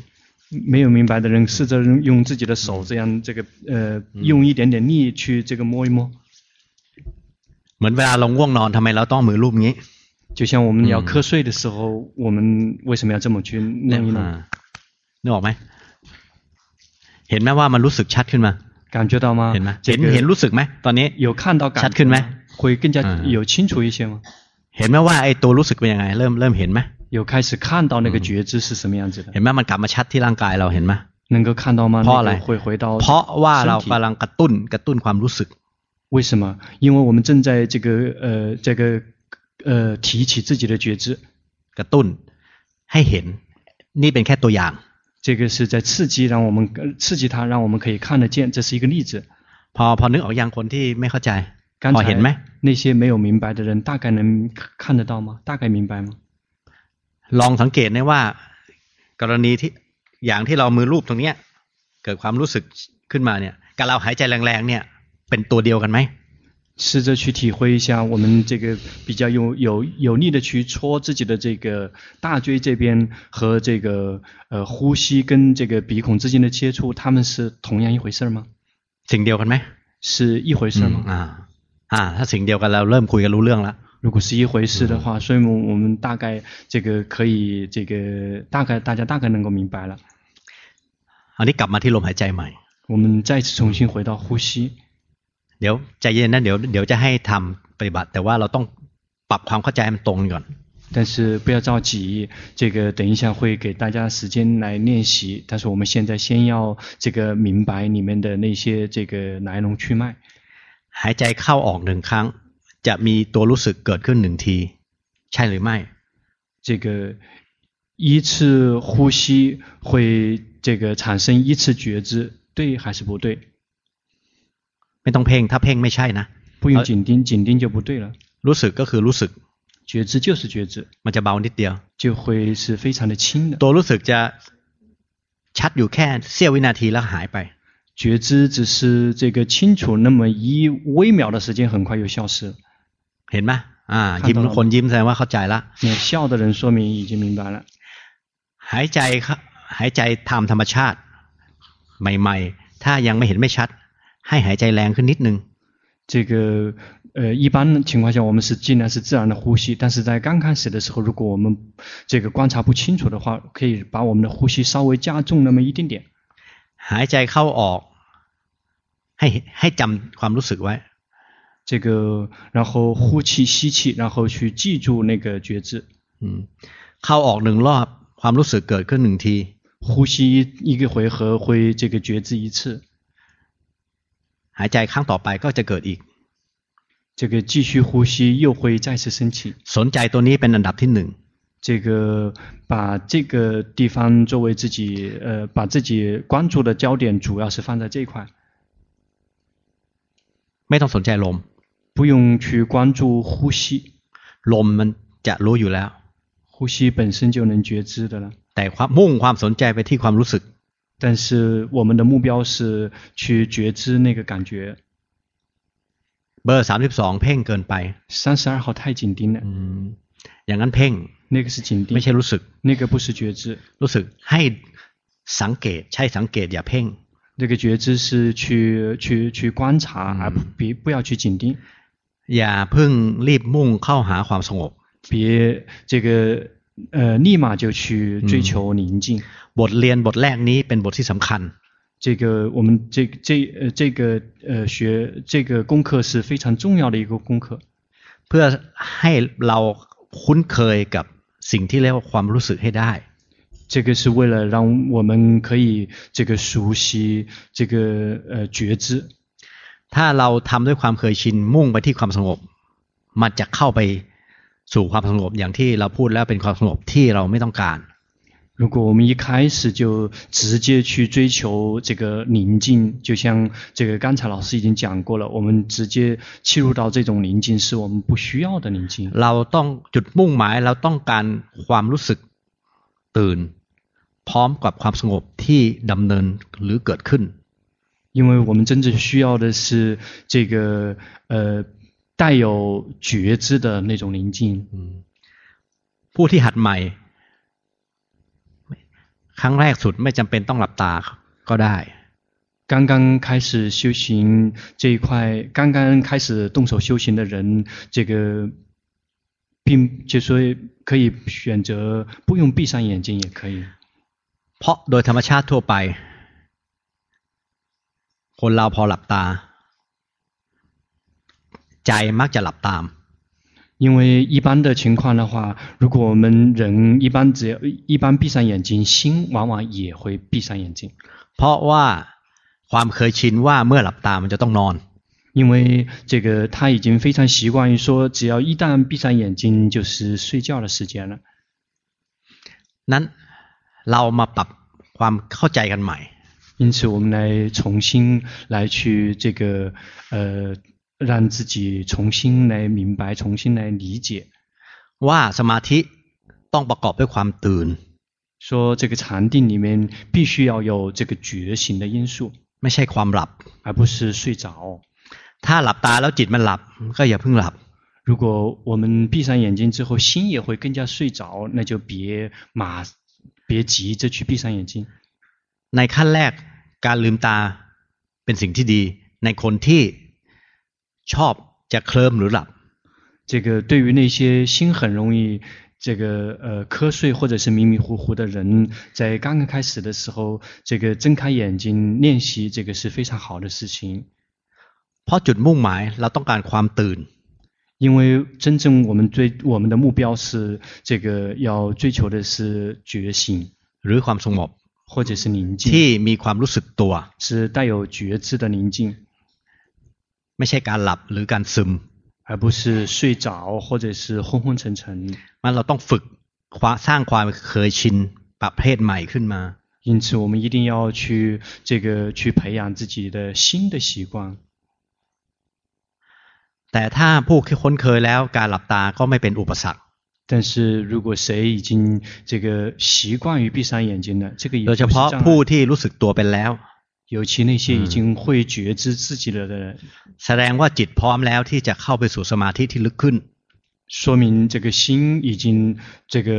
Speaker 2: 没有明白的人，试着用用自己的手这样这个呃，用一点点力去这个摸一摸。
Speaker 1: ๆเหมือนเวลาเราง่วงนอนทำไมเราต้องเอามือรูปงี้
Speaker 2: 就像我们要瞌睡的时候，我们为什么要这么去弄一
Speaker 1: อ่า
Speaker 2: 弄？
Speaker 1: นึกออกไหมเห็นไหมว่ามันรู้สึกชัดขึ้นมา
Speaker 2: 感觉到吗
Speaker 1: เห็นไหม？
Speaker 2: 这
Speaker 1: เห็นเห็น
Speaker 2: 个
Speaker 1: รู้สึกไหมตอนนี้
Speaker 2: 有看到感
Speaker 1: ชัดขึ้
Speaker 2: 觉
Speaker 1: นไหม
Speaker 2: 吗会更加
Speaker 1: 嗯
Speaker 2: 有清楚一些吗？
Speaker 1: เห็นไหมว่าไอ้ตัวรู้สึกเป็นยังไง เริ่มเริ่มเห็นไหม
Speaker 2: 有开始看到那个觉知是什么样子的
Speaker 1: เห็？นไหมมันกลับมาชัดที่ร่างกายเราเห็นไหม
Speaker 2: 能够看到吗？
Speaker 1: เพราะ
Speaker 2: 那
Speaker 1: อะไร
Speaker 2: 个会回到
Speaker 1: เพราะว่าเรากำลังกระตุ้นกระตุ้นความรู้สึก
Speaker 2: 为什么？因为我们正在这个呃这个呃提起自己的觉知，
Speaker 1: กระตุ้นให้เห็น นี่เป็นแค่ตัวอย่าง
Speaker 2: 这个是在刺激，让我们呃刺激它，让我们可以看得见，这是一个例子。
Speaker 1: พอพอนึกออกยังคนที่ไม่เข้าใจ
Speaker 2: 刚
Speaker 1: พอเห็นไหม
Speaker 2: 才那些没有明白的人，大概能看看得到吗？大概明白吗？
Speaker 1: ลองสังเกตได้ว่า กรณีที่อย่างที่เรามือรูปตรงเนี้ย เกิดความรู้สึกขึ้นมาเนี่ยกับเราหายใจแรงๆเนี่ย เป็นตัวเดียวกันไหม
Speaker 2: 试着去体会一下，我们这个比较有有有力的去戳自己的这个大椎这边和这个呃呼吸跟这个鼻孔之间的接触，它们是同样一回事儿吗？嗯
Speaker 1: สิ่งเดียวกันไหม
Speaker 2: 是一回事
Speaker 1: อื
Speaker 2: 儿
Speaker 1: ม
Speaker 2: 吗？
Speaker 1: อ่า อ่า ถ้าสิ่งเดียวกันเราเริ่มคุยกันรู้เรื่องแล้ว
Speaker 2: 如果是一回事的话，所以我我们大概这个可以这个大概大家大概能够明白了。
Speaker 1: อันนี้กลับมาที่ลมหายใจใหม่
Speaker 2: 我们再次重新回到呼吸，
Speaker 1: เดี๋ยวใจเย็นนะเดี๋ยวเดี๋ยวจะให้ทำปฏิบัติ แต่ว่าเราต้องปรับความเข้าใจให้มันตรงก่อน
Speaker 2: 但是不要着急，这个等一下会给大家时间来练习。但是我们现在先要这个明白里面的那些这个来龙去脉。
Speaker 1: หายใจเข้าออกหนึ่งครั้ง จะมีตัวรู้สึกเกิดขึ้นหนึ่งที ใช่หรือไม่
Speaker 2: 这个一次呼吸会这个产生一次觉知，对还是不对？
Speaker 1: ไม่ต้องเพ่งถ้าเพ่งไม่ใช่นะ
Speaker 2: 不用紧盯，紧盯就不对了。
Speaker 1: รู้สึกก็คือรู้สึก
Speaker 2: 觉知就是觉知，
Speaker 1: มันจะเบานิดเดียว
Speaker 2: 就会是非常的轻的。
Speaker 1: ตัวรู้สึกจะชัดอยู่แค่เสี้ยววินาทีแล้วหายไป
Speaker 2: 觉知只是这个清楚那么一微秒的时间，很快又消失了。
Speaker 1: เห็นไหมอ่า
Speaker 2: ครับ
Speaker 1: ยิ้ม
Speaker 2: ผม
Speaker 1: คนยิ้มแสดงว่าเข้าใจละ
Speaker 2: 那笑的人说明已经明白了。
Speaker 1: หายใจเข้าหายใจตามธรรมชาติ ใหม่ ๆ ถ้ายังไม่เห็นไม่ชัด ให้หายใจแรงขึ้นนิดนึง
Speaker 2: 这个呃，一般的情况下，我们是尽量是自然的呼吸，但是在刚开始的时候，如果我们这个观察不清楚的话，可以把我们的呼吸稍微加重那么一丁点。
Speaker 1: หายใจเข้าออก ให้ให้จำความรู้สึกไว้
Speaker 2: 这个，然后呼气、吸气，然后去记住那个觉知。
Speaker 1: อืมเข้าออกหนึ่งรอบความรู้สึกเกิดขึ้นหนึ่งที
Speaker 2: 呼吸一一个回合会这个觉知一次，
Speaker 1: หายใจครั้งต่อไปก็จะเกิดอีก
Speaker 2: 这个继续呼吸又会再次升起。
Speaker 1: สนใจตัวนี้เป็นอันดับที่หนึ่ง
Speaker 2: 这个把这个地方作为自己呃，把自己关注的焦点主要是放在这一块，
Speaker 1: ไม่ต้องสนใจลม
Speaker 2: 不用去关注呼吸，
Speaker 1: ลมมันจะรู้อยู่แล้ว
Speaker 2: 呼吸本身就能觉知的了。
Speaker 1: แต่ความมุ่งความสนใจไปที่ความรู้สึก
Speaker 2: 但是我们的目标是去觉知那个感觉。
Speaker 1: เบอร์สามสิบสองเพ่งเกินไป
Speaker 2: 三十二号太紧盯了
Speaker 1: อื，มอย่างนั้นเพ่ง
Speaker 2: 那个是紧盯
Speaker 1: ไม่ใช่，รู้สึก
Speaker 2: 那个不是觉知，
Speaker 1: รู้สึกให้สังเกตใช่สังเกตอย่าเพ่ง
Speaker 2: 那个觉知是去去去观察，而不别不要去紧盯。
Speaker 1: อย่าเพิ่งรีบมุ่งเข้าหาความสงบ
Speaker 2: 别这个呃，立马就去追求宁静。
Speaker 1: บทเรียนบทแรกนี้เป็นบทที่สำคัญ
Speaker 2: 这个我们这这呃这个呃学这个功课是非常重要的一个功课，
Speaker 1: เพื่อให้เราคุ้นเคยกับสิ่งที่เรียกว่าความรู้สึกให้ได้
Speaker 2: 这个是为了让我们可以这个熟悉这个呃觉知。
Speaker 1: ถ้าเราทำด้วยความเคยชินมุ่งไปที่ความสงบ มันจะเข้าไปสู่ความสงบอย่างที่เราพูดแล้วเป็นความสงบที่เราไม่ต้องการ
Speaker 2: 如果我们一开始就直接去追求这个宁静，就像这个刚才老师已经讲过了，我们直接切入到这种宁静，是我们不需要的宁静。
Speaker 1: เราต้องจุดมุ่งหมายเราต้องการความรู้สึกตื่น พร้อมกับความสงบที่ดำเนินหรือเกิดขึ้น
Speaker 2: 因为我们真正需要的是这个呃带有觉知的那种宁静。
Speaker 1: ผู้ที่หัดใหม่ ครั้งแรกสุดไม่จำเป็นต้องหลับตาก็ได้
Speaker 2: 刚刚开始修行这一块，刚刚开始动手修行的人，这个并就说可以选择不用闭上眼睛也可以，
Speaker 1: เพราะโดยธรรมชาติทั่วไป คนเราพอหลับตา ใจมักจะหลับตาม
Speaker 2: 因为一般的情况的话，如果我们人一般只要一般闭上眼睛，心往往也会闭上眼睛，
Speaker 1: เพราะว่าความเคยชินว่าเมื่อหลับตามันจะต้องนอน
Speaker 2: 因为这个他已经非常习惯于说，只要一旦闭上眼睛就是睡觉的时间了。
Speaker 1: นั้นเรามาปรับความเข้าใจกันใหม่
Speaker 2: 因此，我们来重新来去这个呃，让自己重新来明白，重新来理解，
Speaker 1: ว่าสมาธิต้องประกอบด้วยความตื่น
Speaker 2: 说这个禅定里面必须要有这个觉醒的因素，
Speaker 1: ไม่ใช่ความหลับ
Speaker 2: 而不是睡着。
Speaker 1: ถ้าหลับตาแล้วจิตมันหลับ ก็อย่าเพิ่งหลับ
Speaker 2: 如果我们闭上眼睛之后，心也会更加睡着，那就别马别急着去闭上眼睛。
Speaker 1: ในขั้นแรกการลืมตาเป็นสิ่งที่ดี ในคนที่ชอบจะเคลิ้มหรือหลับ
Speaker 2: 这个对于那些心很容易这个呃瞌睡或者是迷迷糊糊的人，在刚刚开始的时候，这个睁开眼睛练习这个是非常好的事情，
Speaker 1: เพราะจุดมุ่งหมายเราต้องการความตื่น
Speaker 2: 因为真正我们追我们的目标是这个要追求的是觉醒
Speaker 1: หรือความสงบ
Speaker 2: 或者是宁
Speaker 1: ที่
Speaker 2: 静，
Speaker 1: มีความรู้สึกตัว
Speaker 2: 是带有觉知的宁静，
Speaker 1: ไม่ใช่การหลับหรือการซึม
Speaker 2: 而不是睡着或者是昏昏沉沉。
Speaker 1: มันเราต้องฝึกความสร้างความเคยชินประเภทใหม่ขึ้นมา
Speaker 2: 因此，我们一定要去这个去培养自己的新的习惯。
Speaker 1: แต่ถ้าผู้ที่ค้นเคยแล้วการหลับตาก็ไม่เป็นอุปสรรค
Speaker 2: 但是如果谁已经这个习惯于闭上眼睛了，这个也
Speaker 1: โด
Speaker 2: 不
Speaker 1: ย
Speaker 2: 是
Speaker 1: เฉพาะ
Speaker 2: 障
Speaker 1: ผู้
Speaker 2: 碍。
Speaker 1: ที่รู้สึกตัวเป็นแล้ว
Speaker 2: 尤其那些已经会觉知自己了的人，
Speaker 1: แสดงว่าจิตพร้อมแล้วที่จะเข้าไปสู่สมาธิที่ลึกขึ้น
Speaker 2: 说明这个心已经这个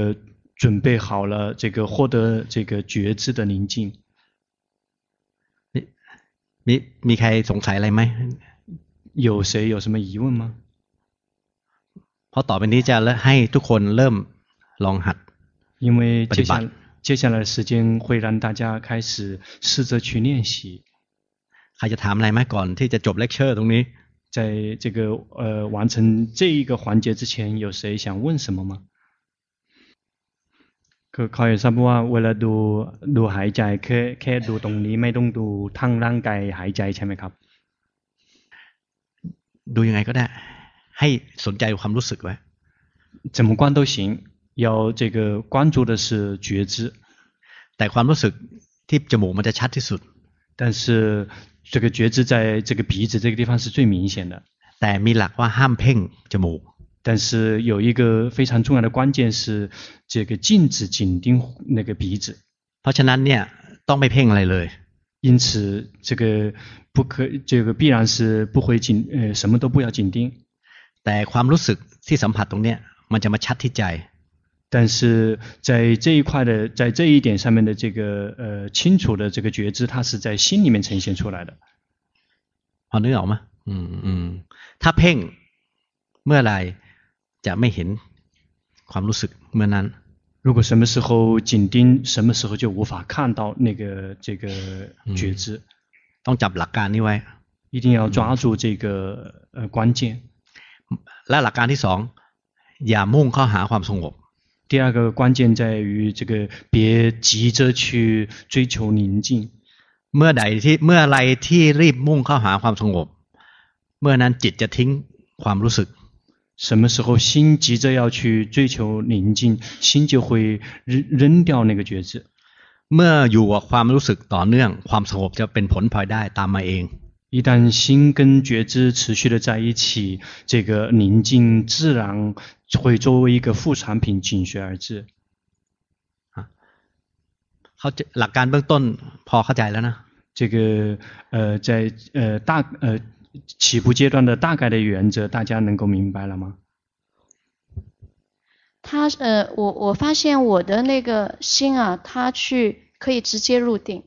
Speaker 2: 准备好了，这个获得这个觉知的宁静。
Speaker 1: มีมีใครสงสัยอะไรไหม
Speaker 2: 有谁有什么疑问吗？
Speaker 1: เพราะต่อไปนี้จะให้ทุกคนเริ่มลองหัด
Speaker 2: 因为接
Speaker 1: 不
Speaker 2: 下
Speaker 1: 明白
Speaker 2: 接下来的时间会让大家开始试着去练习，
Speaker 1: ใครจะถามอะไรไหมก่อนที่จะจบเลคเชอร์ตรงนี้
Speaker 2: 在这个呃完成这一个环节之前，有谁想问什么吗？คือคอยทราบว่าเวลา啊ดูดูหายใจแค่แค่ดูตรงนี้ไม่ต้องดูทั้งร่างกายหายใจใช่ไหมครับ
Speaker 1: ดูยังไงก็ได้ ให้สนใจความรู้สึกไว้
Speaker 2: 怎么关都行，要这个关注的是觉知，
Speaker 1: แต่ความรู้สึกที่จมูกมันจะชัดที่สุด
Speaker 2: 但是这个觉知在这个鼻子这个地方是最明显的。
Speaker 1: แต่มีหลักว่าห้ามเพ่งจมูก
Speaker 2: 但是有一个非常重要的关键是这个禁止紧盯那个鼻子，
Speaker 1: เพราะฉะนั้นเนี่ยต้องไม่เพ่งอะไรเลย
Speaker 2: 因此，这个不可，这个必然是不会紧，呃，什么都不要紧盯。
Speaker 1: แต่ความรู้สึกที่สัมผัสตรงเนี้ยมันจะมาชัดที่ใจ
Speaker 2: 但是在这一块的，在这一点上面的这个呃清楚的这个觉知，它是在心里面呈现出来的。
Speaker 1: พอนึกออกไหมอืมอืมถ้าเพ่งเมื่อไหรจะไม่เห็นความรู้สึกเมื่อนั้น
Speaker 2: 如果什么时候紧盯，什么时候就无法看到那个这个觉知。
Speaker 1: ต้องจับหลักการนี้ไว้
Speaker 2: 一定要抓住这个呃关键。
Speaker 1: และหลักการที่สองอย่ามุ่งเข้าหาความสงบ
Speaker 2: 第二个关键在于这个别急着去追求宁静。
Speaker 1: เมื่อใดที่เมื่อไรที่รีบมุ่งเข้าหาความสงบ เมื่อนั้นจิตจะทิ้งความรู้สึก
Speaker 2: 什么时候心急着要去追求宁静，心就会扔扔掉那个觉知。
Speaker 1: เมื่ออยู่กับความรู้สึกต่อเนื่อง ความสงบจะเป็นผลพลอยได้ตามมาเอง
Speaker 2: 一旦心跟觉知持续的在一起，这个宁静自然会作为一个副产品紧随而至。
Speaker 1: เขาจะหลักการเบื้องต้นพอเข้าใจแล้วนะ
Speaker 2: 这个呃，在呃大呃起步阶段的大概的原则，大家能够明白了吗？
Speaker 3: 他呃，我我发现我的那个心啊，他去可以直接入定，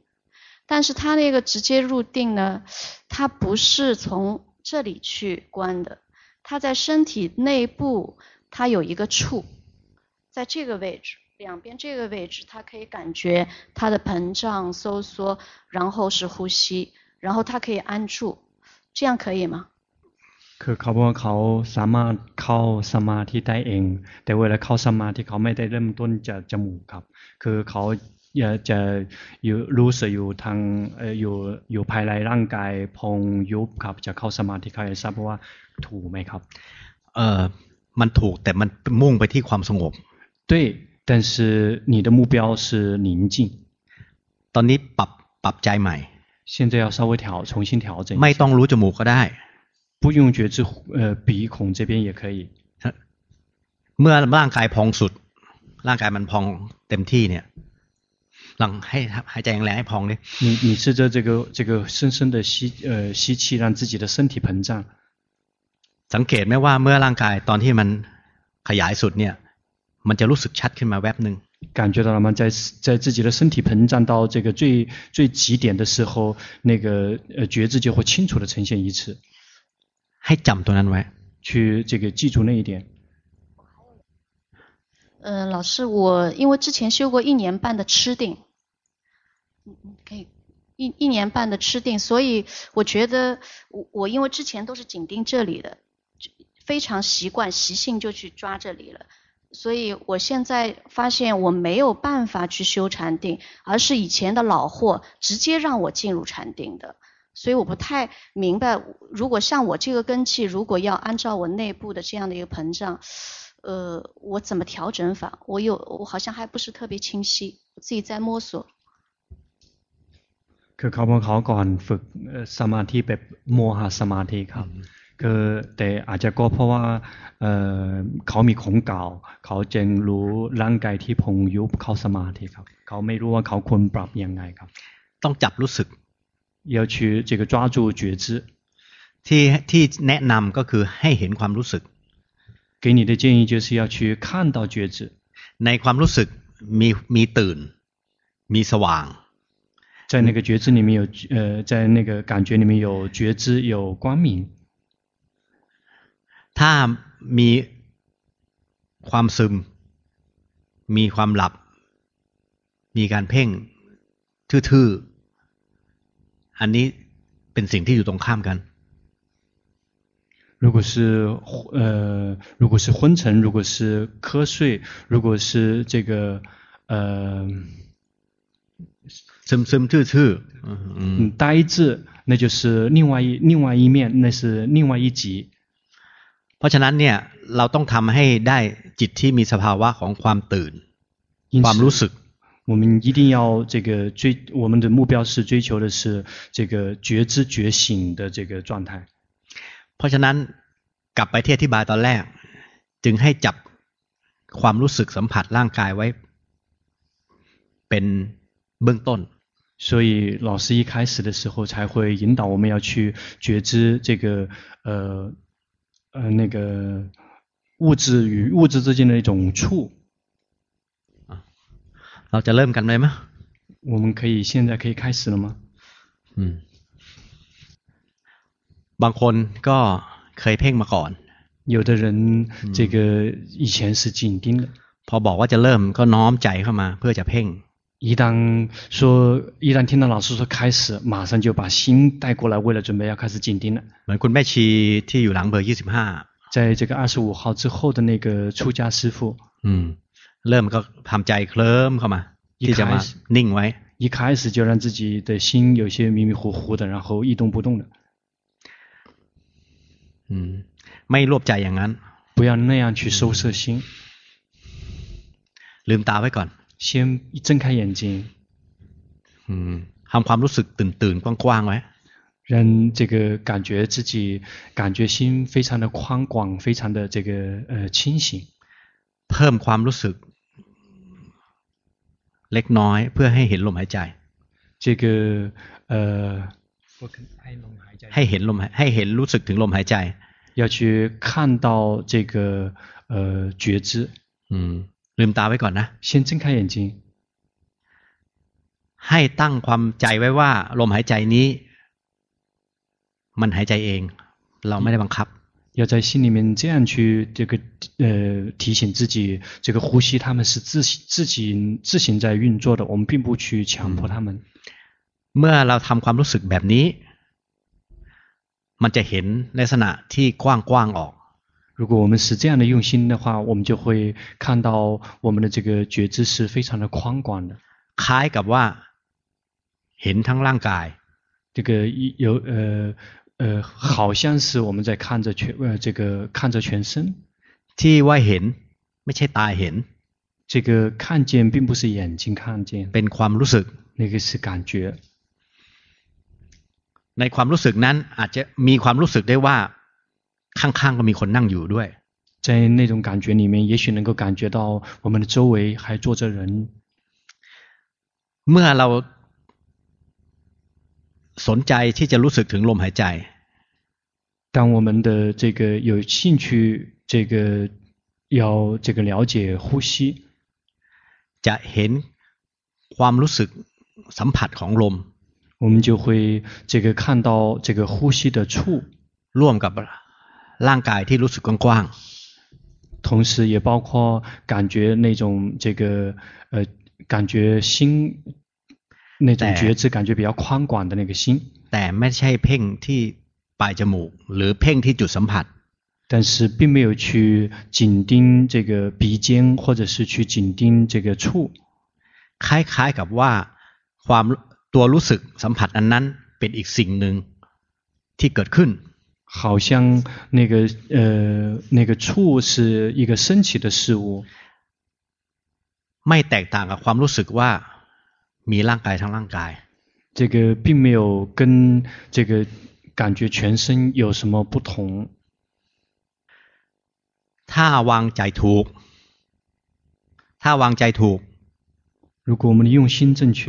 Speaker 3: 但是他那个直接入定呢，他不是从这里去观的，他在身体内部，它有一个触，在这个位置，两边这个位置，它可以感觉它的膨胀、收缩，然后是呼吸，然后它可以安住，这样可以吗？
Speaker 2: คือเขาบอกว่าเขาสามารถเข้าสมาธิได้เอง แต่เวลาเข้าสมาธิเขาไม่ได้เริ่มต้นจากจมูกครับ คือเขาอยากจะอยู่รู้สึกอยู่ทางเอ่ออยู่อยู่ภายในร่างกายพองยุบครับจะเข้าสมาธิเขาจะทราบว่าถูกไหมครับ
Speaker 1: เออมันถูกแต่มันมุ่งไปที่ความสงบ
Speaker 2: 对但是你的目标是宁静
Speaker 1: ตอนนี้ปรับปรับใจใหม่
Speaker 2: 现在要稍微调重新调整一下
Speaker 1: ไม่ต้องรู้จมูกก็ได้
Speaker 2: 不用觉知呃鼻孔这边也可以
Speaker 1: เมื่อร่างกายพองสุด ร่างกายมันพองเต็มที่เนี่ยลองให้หายใจแรงๆให้พองดิ
Speaker 2: 你你试着这个这个深深的吸呃吸气，让自己的身体膨胀。
Speaker 1: สังเกตไหมว่าเมื่อร่างกายตอนที่มันขยายสุดเนี่ย มันจะรู้สึกชัดขึ้นมาแวบหนึ่ง
Speaker 2: 感觉到了吗？在在自己的身体膨胀到这个最最极点的时候，那个呃觉知就会清楚的呈现一次，
Speaker 1: ให้จำตัวนั้นไว้
Speaker 2: 去这个记住那一点。
Speaker 3: 嗯，老师，我因为之前修过一年半的吃定，嗯嗯，可以一一年半的吃定，所以我觉得我我因为之前都是紧盯这里的，就非常习惯习性就去抓这里了，所以我现在发现我没有办法去修禅定，而是以前的老货直接让我进入禅定的。所以我不太明白，如果像我这个根器，如果要按照我内部的这样的一个膨胀，呃，我怎么调整法？我有，我好像还不是特别清晰，我自己在摸索。
Speaker 2: คือเขาบอกเขาก่อนฝึกเอ่อสมาธิแบบโมหะสมาธิครับคือแต่อาจจะก็เพราะว่าเอ่อเขามีของเก่า เขาจึงรู้ร่างกายที่พองยุบเข้าสมาธิครับ เขาไม่รู้ว่าเขาควรปรับยังไงครับ
Speaker 1: ต้องจับรู้สึก
Speaker 2: 要去这个抓住觉知。
Speaker 1: ที่ที่แนะนำก็คือให้เห็นความรู้สึก
Speaker 2: 给你的建议就是要去看到觉知，
Speaker 1: ในความรู้สึกมีมีตื่น มีสว่าง
Speaker 2: 在那个觉知里面有呃，在那个感觉里面有觉知，有光明。
Speaker 1: ถ้ามีความซึม มีความหลับ มีการเพ่งทื่อๆ อันนี้เป็นสิ่งที่อยู่ตรงข้ามกัน
Speaker 2: 如果是呃，如果是昏沉，如果是瞌睡，如果是这个呃
Speaker 1: ซึมซึมๆทื่อๆอืมอืม
Speaker 2: 嗯呆滞，那就是另外一另外一面，那是另外一级。
Speaker 1: เพราะฉะนั้นเนี่ยเราต้องทำให้ได้จิตที่มีสภาวะของความตื่น
Speaker 2: 因
Speaker 1: ความรู้
Speaker 2: 此
Speaker 1: สึก
Speaker 2: 我们一定要这个追，我们的目标是追求的是这个觉知觉醒的这个状态。
Speaker 1: เพราะฉะนั้นกลับไปที่อธิบายตอนแรก จึงให้จับความรู้สึกสัมผัสร่างกายไว้ เป็นเบื้องต้น
Speaker 2: 所以老师一开始的时候才会引导我们要去觉知这个呃呃那个物质与物质之间的一种触。
Speaker 1: เราจะเริ่มกันเลยไหม
Speaker 2: 我们可以现在可以开始了吗？
Speaker 1: อืม บางคนก็เคยเพ่งมาก่อน
Speaker 2: 有的人这个以前是紧盯的，
Speaker 1: พอบอกว่าจะเริ่มก็น้อมใจเข้ามา เพื่อจะเพ่ง
Speaker 2: 一旦说一旦听到老师说开始，马上就把心带过来，为了准备要开始紧盯了。
Speaker 1: เหมือนคุณแม่ชีที่อยู่หลังเบอร์ยี่สิบห้า
Speaker 2: 在这个二十五号之后的那个出家师傅，
Speaker 1: อืม เริ่มก็ทำใจเคลิ้มเข้ามา ที่จะมานิ่งไว้
Speaker 2: 一开始就让自己的心有些迷迷糊糊的，然后一动不动的。
Speaker 1: อืม ไม่รวบใจอย่างนั้น
Speaker 2: 不要那样去收摄心。
Speaker 1: ลืมตาไว้ก่อน
Speaker 2: 先睁开眼睛，
Speaker 1: อืมทำความรู้สึกตื่นตื่นๆกว้างๆไว้
Speaker 2: 让这个感觉自己感觉心非常的宽广，非常的这个呃清醒，
Speaker 1: เพิ่มความรู้สึก เล็กน้อยเพื่อให้เห็นลมหายใจ
Speaker 2: 这个呃，我跟艾龙还在
Speaker 1: ให้เห็นลมหายให้เห็นรู้สึกถึงลมหายใจ
Speaker 2: 要去看到这个呃觉知，
Speaker 1: อืม ลืมตาไว้ก่อนนะ
Speaker 2: 先睁开眼睛，
Speaker 1: ให้ตั้งความใจไว้ว่า ลมหายใจนี้ มันหายใจเอง เราไม่ได้บังคับ
Speaker 2: 要在心里面这样去这个呃提醒自己，这个呼吸他们是自己自己自行在运作的，我们并不去强迫他们。
Speaker 1: เมื่อเราทำความรู้สึกแบบนี้ มันจะเห็นลักษณะที่กว้างๆออก
Speaker 2: 如果我们是这样的用心的话，我们就会看到我们的这个觉知是非常的宽广的。
Speaker 1: คล้ายกับว่า เห็นทั้งร่างกาย
Speaker 2: 这个一有呃呃，好像是我们在看着全呃这个看着全身，
Speaker 1: ที่ว่าเห็นไม่ใช่ตาเห็น
Speaker 2: 这个看见并不是眼睛看见，
Speaker 1: เป็นความรู้สึก
Speaker 2: 那个是感觉。
Speaker 1: ในความรู้สึกนั้นอาจจะมีความรู้สึกได้ว่า ข้างๆก็มีคนนั่งอยู่ด้วย
Speaker 2: 在那种感觉里面，也许能够感觉到我们的周围还坐着人。
Speaker 1: เมื่อเราสนใจที่จะรู้สึกถึงลมหายใจ
Speaker 2: 当我们的这个有兴趣，这个要这个了解呼吸，
Speaker 1: จะเห็นความรู้สึกสัมผัสของลม
Speaker 2: 我们就会这个看到这个呼吸的触，
Speaker 1: ร่วมกับร่างกายที่รู้สึกกว้าง
Speaker 2: 同时也包括感觉那种这个呃感觉心那种觉知，感觉比较宽广的那个心，
Speaker 1: ๆแต่ไม่ใช่เพ่งที่ปลายจมูก หรือเพ่งที่จุดสัมผัส
Speaker 2: 但是并没有去紧盯这个鼻尖，或者是去紧盯这个触。
Speaker 1: คล้ายๆกับว่าความตัวรู้สึกสัมผัสอันนั้นเป็นอีกสิ่งหนึ่งที่เกิดขึ้น
Speaker 2: 好像那个呃那个触是一个升起的事物，
Speaker 1: ไม่แตกต่างกับความรู้สึกว่ามีร่างกายทั้งร่างกาย
Speaker 2: 这个并没有跟这个感觉全身有什么不同。
Speaker 1: ถ้าวางใจถูก ถ้าวางใจถูก
Speaker 2: 如果我们的用心正确，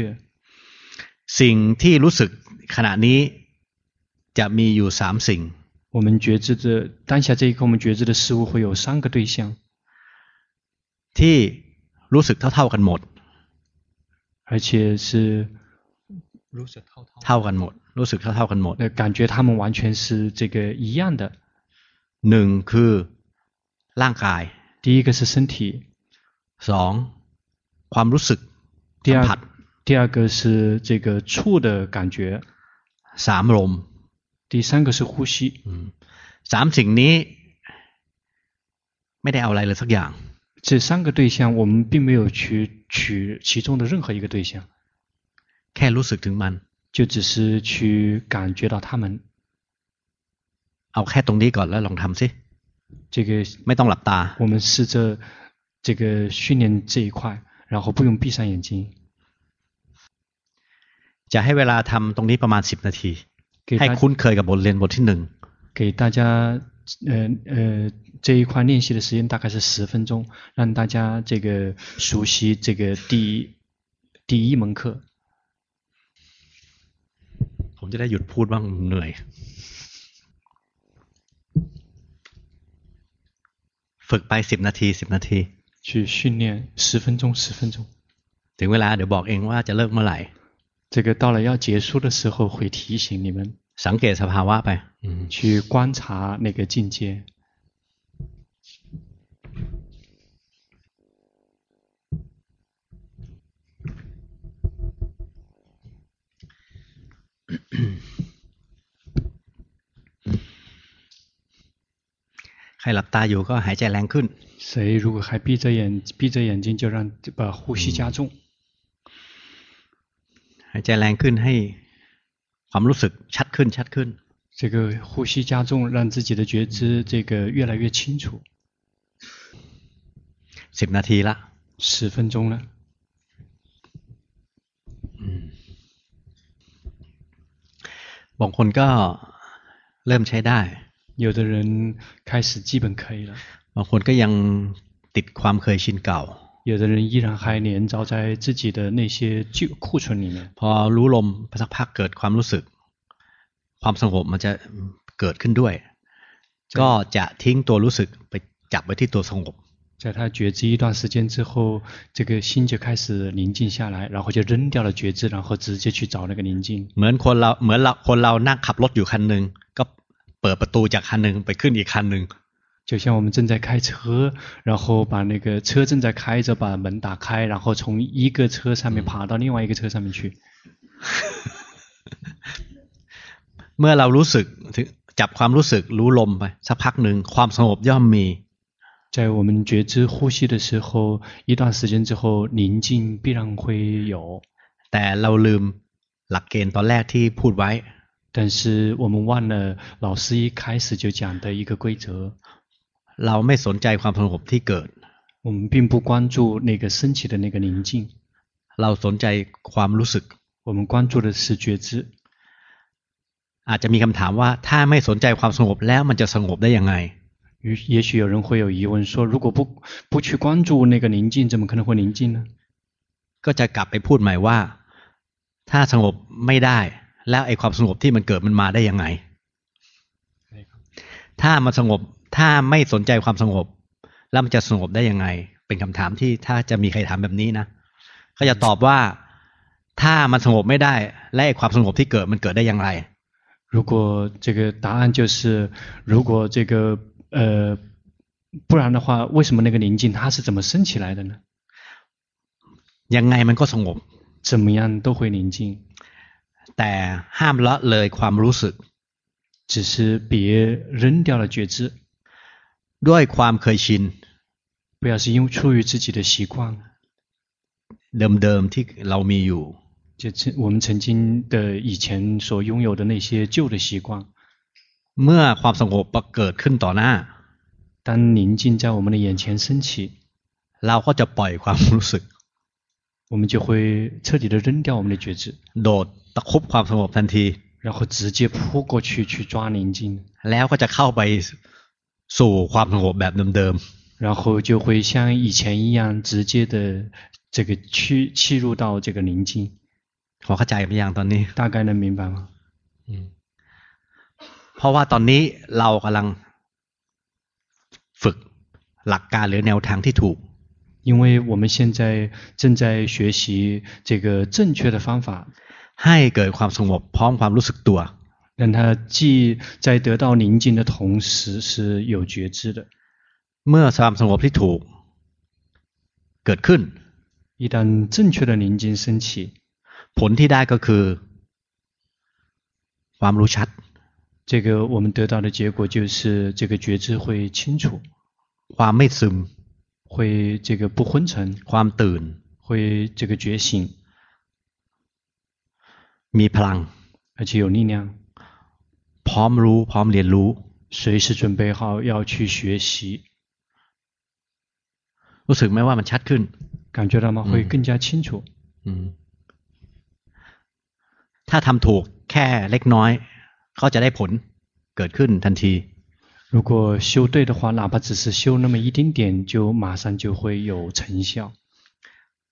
Speaker 1: สิ่งที่รู้สึกขณะนี้จะมีอยู่สามสิ่ง
Speaker 2: 我们觉知的当下这一刻，我们觉知的事物会有三个对象，
Speaker 1: ที่รู้สึกเท่าๆกันหมด
Speaker 2: 而且是
Speaker 1: เท่ากันหมด รู้สึกเท่าๆกันหมด
Speaker 2: 呃感觉它们完全是这个一样的。
Speaker 1: หนึ่งคือร่างกาย
Speaker 2: 第一个是身体，
Speaker 1: สองความรู้สึก
Speaker 2: 第
Speaker 1: สัม
Speaker 2: 二
Speaker 1: ผัส
Speaker 2: 第二个是这个触的感觉，
Speaker 1: สามลม
Speaker 2: 第三个是呼吸。
Speaker 1: อืมสามสิ่งนี้ ไม่ได้เอาอะไรเลยสักอย่าง
Speaker 2: 这三个对象，我们并没有去取其中的任何一个对象，
Speaker 1: แค่รู้สึกถึงมัน
Speaker 2: 就只是去感觉到它们。
Speaker 1: เอาแค่ตรงนี้ก่อนแล้วลองทำสิ
Speaker 2: 这个，
Speaker 1: ไม่ต้องหลับตา
Speaker 2: 我们试着这个训练这一块，然后不用闭上眼睛，
Speaker 1: จะให้เวลาทำตรงนี้ประมาณ 10 นาที
Speaker 2: 给
Speaker 1: ให้
Speaker 2: 大
Speaker 1: คุ้นเคยกับบทเรียนบทที่หนึ่ง
Speaker 2: 给大家，呃呃，这一块练习的时间大概是十分钟，让大家这个熟悉这个第一第一门课。
Speaker 1: ผมจะได้หยุดพูดบ้างเหนื่อย ฝึกไป 10 นาที 10 นาที
Speaker 2: 去训练十分钟，十分钟。
Speaker 1: ถึงเวลาเดี๋ยวบอกเองว่าจะเลิกเมื่อไหร่
Speaker 2: 这个到了要结束的时候，会提醒你们
Speaker 1: สังเกตสภาวะไป อืม
Speaker 2: 去观察那个境界。
Speaker 1: ใครหลับตาอยู่ก็หายใจแรงขึ้น
Speaker 2: 谁如果还闭着眼闭着眼睛，就让把呼吸加重，
Speaker 1: หายใจแรงขึ้นให้ความรู้สึกชัดขึ้นชัดขึ้น
Speaker 2: 这个呼吸加重，让自己的觉知这个越来越清楚。
Speaker 1: สิบนาทีละ
Speaker 2: 十分钟了。
Speaker 1: บางคนก็เริ่มใช้ได้
Speaker 2: 有的人开始基本可以了，
Speaker 1: บางคนก็ยังติดความเคยชินเก่า
Speaker 2: 有的人依然还连着在自己的那些旧库存里面。
Speaker 1: พอรู้ลมไปสักพักเกิดความรู้สึก ความสงบมันจะเกิดขึ้นด้วย ก็จะทิ้งตัวรู้สึกไปจับไว้ที่ตัวสงบ
Speaker 2: 在他觉知一段时间之后，这个心就开始宁静下来，然后就扔掉了觉知，然后直接去找那个宁静。
Speaker 1: เหมือนคนเราเหมือนเราคนเรานั่งขับรถอยู่คันหนึ่งก็เปิดประตูจากคันหนึ่งไปขึ้นอีกคันหนึ่ง
Speaker 2: 就像我们正在开车，然后把那个车正在开着，把门打开，然后从一个车上面爬到另外一个车上面去。
Speaker 1: เมื่อเรารู้สึกถึงจับความรู้สึกรู้ลมไปสักพักหนึ่งความสงบย่อมมี
Speaker 2: 在我们觉知呼吸的时候，一段时间之后，宁静必然会有。
Speaker 1: แต่เราลืมหลักเกณฑ์ตอนแรกที่พูดไว้
Speaker 2: 但是我们忘了老师一开始就讲的一个规则，
Speaker 1: เราไม่สนใจความสงบที่เกิด
Speaker 2: 我们并不关注那个升起的那个宁静，
Speaker 1: เราสนใจความรู้สึก
Speaker 2: 我们关注的是觉知。
Speaker 1: อาจจะมีคำถามว่าถ้าไม่สนใจความสงบแล้วมันจะสงบได้ยังไง
Speaker 2: 于也许有人会有疑问说，如果不不去关注那个宁静，怎么可能会宁静呢？
Speaker 1: ก็จะกลับไปพูดใหม่ว่า ถ้าสงบไม่ได้ แล้วไอ้ความสงบที่มันเกิดมันมาได้ยังไง ถ้ามันสงบถ้าไม่สนใจความสงบ แล้วมันจะสงบได้ยังไง เป็นคำถามที่ถ้าจะมีใครถามแบบนี้นะก็จะตอบว่าถ้ามันสงบไม่ได้ และไอ้ความสงบที่เกิดมันเกิดได้อย่างไร
Speaker 2: 如果这个答案就是，如果这个呃，不然的话，为什么那个宁静它是怎么升起来的呢？
Speaker 1: ยังไงมันก็สงบ
Speaker 2: 怎么样都会宁静，
Speaker 1: แต่ห้ามละเลยความรู้สึก
Speaker 2: 只是别扔掉了觉知，
Speaker 1: ด้วยความเคยชิน
Speaker 2: 不要是因为出于自己的习惯，
Speaker 1: เดิมๆที่เรามีอยู่
Speaker 2: 就曾我们曾经的以前所拥有的那些旧的习惯。
Speaker 1: เมื่อความสงบปรเกิดขึ้นต่อหน้า
Speaker 2: 当宁静在我们的眼前升起，
Speaker 1: เราก็จะปล่อยความรู้สึก
Speaker 2: 我们就会彻底的扔掉我们的觉知，
Speaker 1: โดดตะครุบความสงบทันที
Speaker 2: 然后直接扑过去去抓宁静，
Speaker 1: แล้วก็จะเข้าไปสู่ความสงบแบบเดิม
Speaker 2: 然后就会像以前一样直接的这个去切入到这个宁静。
Speaker 1: ๆ ขอเข้าใจไหมยังตอนนี้
Speaker 2: 大概能明白吗？
Speaker 1: เพราะว่าตอนนี้เรากำลังฝึกหลักการหรือแนวทางที่ถูก
Speaker 2: 因为我们现在正在学习这个正确的方法，
Speaker 1: ให้เกิดความสงบพร้อมความรู้สึกตัว
Speaker 2: 让它既在得到宁静的同时是有觉知的。
Speaker 1: เมื่อความสงบที่ถูก เกิดขึ้น
Speaker 2: 一旦正确的宁静升起，
Speaker 1: ผลที่ได้ก็คือ ความรู้ชัด
Speaker 2: 这个我们得到的结果就是这个觉知会清楚，
Speaker 1: ความไม่ซึม
Speaker 2: 会这个不昏沉，
Speaker 1: ความตื่น
Speaker 2: 会这个觉醒，
Speaker 1: มีพลัง
Speaker 2: 而且有力量，
Speaker 1: พร้อมรู้พร้อมเรียนรู้
Speaker 2: 随时准备好要去学习。
Speaker 1: รู้สึกไหมว่ามันชัดขึ้น
Speaker 2: 感觉到吗？会更加清楚。
Speaker 1: อืม ถ้าทำถูกแค่เล็กน้อย ก็จะได้ผลเกิดขึ้นทันที
Speaker 2: 如果修对的话，哪怕只是修那么一丁点，就马上就会有成效。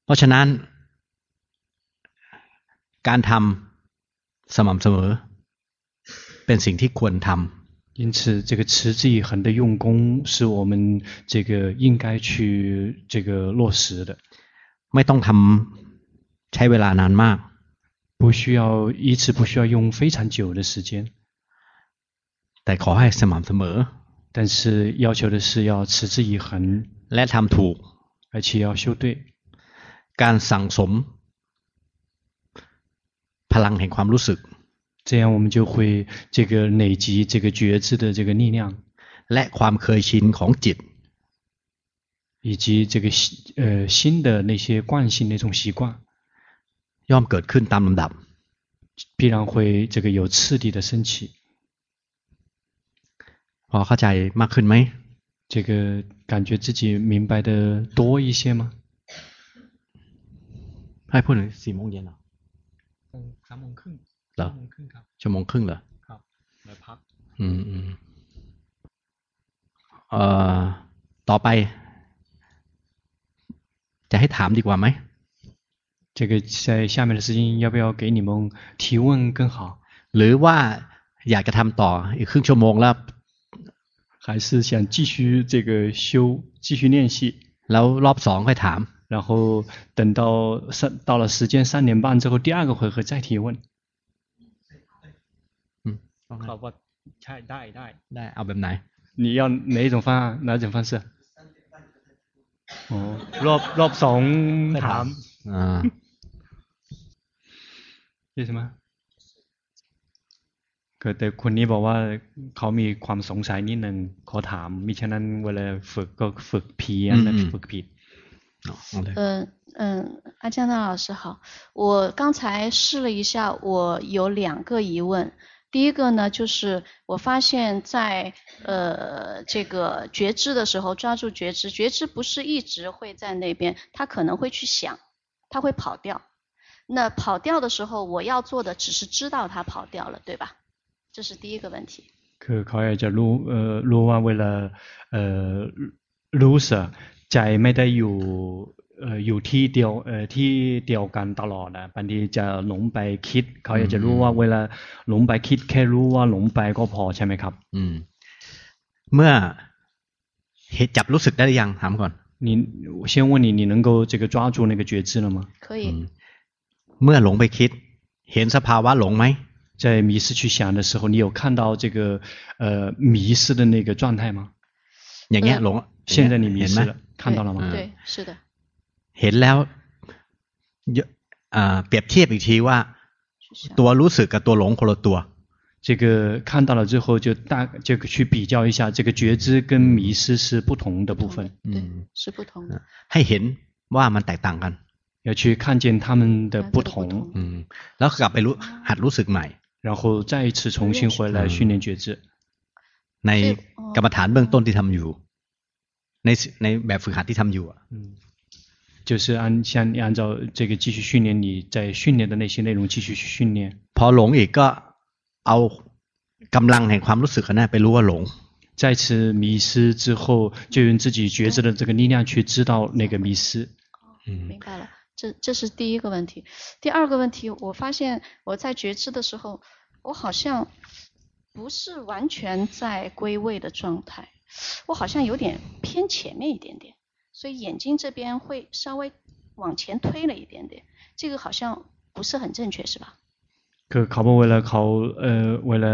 Speaker 1: เพราะฉะนั้น การทำสม่ำเสมอ เป็นสิ่งที่ควรท
Speaker 2: 因此，这个持之以恒的用功是我们这个应该去这个落实的，
Speaker 1: ำไม่ต้องทำใช้เวลานานมาก
Speaker 2: 不需要一次不需要用非常久的时间，
Speaker 1: แต่ขอให้สม่ำเสมอ
Speaker 2: 但是要求的是要持之以恒，
Speaker 1: และทำถูก
Speaker 2: 而且要修对。
Speaker 1: การสั่งสม พลังแห่งความรู้สึก
Speaker 2: 这样我们就会这个累积这个觉知的这个力量，
Speaker 1: และความเคยชินของจิต
Speaker 2: 以及这个习呃新的那些惯性那种习惯，
Speaker 1: ย่อมเกิดขึ้นตามลำดับ
Speaker 2: 必然会这个有次第的升起。
Speaker 1: พอเข้าใจมากขึ้นไหม
Speaker 2: 这个感觉自己明白的多一些吗？
Speaker 1: ให้พูดถึงสี่โมงเย็นเหรอ
Speaker 4: สามโมงครึ่ง
Speaker 1: เหรอ
Speaker 4: สามโมงครึ่งครับ
Speaker 1: ชั่วโมงครึ่งเหรอ
Speaker 4: ครับแล้วพัก
Speaker 1: อืมอืมเอ่อ ต่อไป จะให้ถามดีกว่าไหม
Speaker 2: 这个在下面的时间要不要给你们提问更好？
Speaker 1: หรือว่าอยากจะทำต่ออีกครึ่งชั่วโมงแล้ว
Speaker 2: 还是想继续这个修，继续练习？
Speaker 1: แล้วรอบสองค่อยถาม
Speaker 2: 然后等到三到了时间三点半之后，第二个回合再提问。
Speaker 4: เขาว่าใช่ได้ได้
Speaker 1: ได้เอาแบบไหน
Speaker 2: 你要哪一种方案？哪种方式？哦，รอบรอบสองถาม
Speaker 1: อ่า
Speaker 2: ใช่ไหมก็แต่คนนี้บอกว่าเขามีความสงสัยนิดนึงขอถามมิฉะนั้นเวลาฝึกก็ฝึกเพี้ยนและ
Speaker 1: อืม
Speaker 2: ฝึกผิด
Speaker 1: เอาเอาเลย
Speaker 3: 嗯嗯，阿江娜老师好，我刚才试了一下，我有两个疑问。第一个呢，就是我发现在，呃这个觉知的时候，抓住觉知，觉知不是一直会在那边，他可能会去想，他会跑掉。那跑掉的时候，我要做的只是知道他跑掉了，对吧？这是第一个问题。
Speaker 2: คือเขาอยากจะรู้เอ่อรู้ว่าเวลาเอ่อรู้สึกใจไม่ได้อยู่เอ่ออยู่ที่เดียวเอ่อที่เดียวกันตลอดนะบางทีจะหลงไปคิด เขาอยากจะรู้ว่าเวลาหลงไปคิดแค่รู้ว่าหลงไปก็พอใช่ไหมครับ
Speaker 1: อืม เมื่อเหตุจับรู้สึกได้หรือยังถามก่อน
Speaker 2: 你我先问你，你能够这个抓住那个觉知了吗？
Speaker 3: 可
Speaker 1: อื
Speaker 3: 以，
Speaker 1: ม เมื่อหลงไปคิด เห็นสภาวะหลงไหม
Speaker 2: 在迷失去想的时候，你有看到这个呃迷失的那个状态吗？
Speaker 1: อย่างเงี้ยหลง
Speaker 2: 现在你迷
Speaker 1: เห็นไห
Speaker 2: 失
Speaker 1: ม
Speaker 2: 了，看到了吗？
Speaker 3: 对，是的，
Speaker 1: เห็นแล้วยอ่าเปรียบเทียบอีกทีว่า
Speaker 3: 去想。
Speaker 1: ตัวรู้สึกกับตัวหลงคนละตัว
Speaker 2: 这个看到了之后，就大这个去比较一下，这个觉知跟迷失是不同的部
Speaker 3: 不同的
Speaker 2: 分，
Speaker 3: 对
Speaker 1: 嗯，
Speaker 3: 是不同的，
Speaker 1: ให้เห็นว่ามันแตกต่างกัน
Speaker 2: 要去看见他们的
Speaker 3: 那这
Speaker 2: 不
Speaker 3: 个不
Speaker 2: 同，
Speaker 3: 同。
Speaker 1: อืม แล้วกลับไปรู้หัดรู้สึกใหม่
Speaker 2: 然后再一次重新回来
Speaker 1: 嗯
Speaker 2: 训练觉知。
Speaker 1: ใน
Speaker 3: ใช่
Speaker 1: กรรมฐานเบื้องต้นที่ทำอยู่ ในสในแบบฝึกหัดที่ทำอยู่อะ
Speaker 2: 嗯，就是按像你按照这个继续训练你在训练的那些内容继续去训练。
Speaker 1: พอหลงอีกก็เอากำลังแห่งความรู้สึกอันนั้นไปรู้ว่าหลง
Speaker 2: 再次迷失之后，就用自己觉知的这个力量去知道那个迷失。嗯
Speaker 3: 明白了，这这是第一个问题。第二个问题，我发现我在觉知的时候，我好像不是完全在归位的状态，我好像有点偏前面一点点，所以眼睛这边会稍微往前推了一点点，这个好像不是很正确，是吧？
Speaker 2: คือเขาบอกเวลาเขาเอ่อเวลา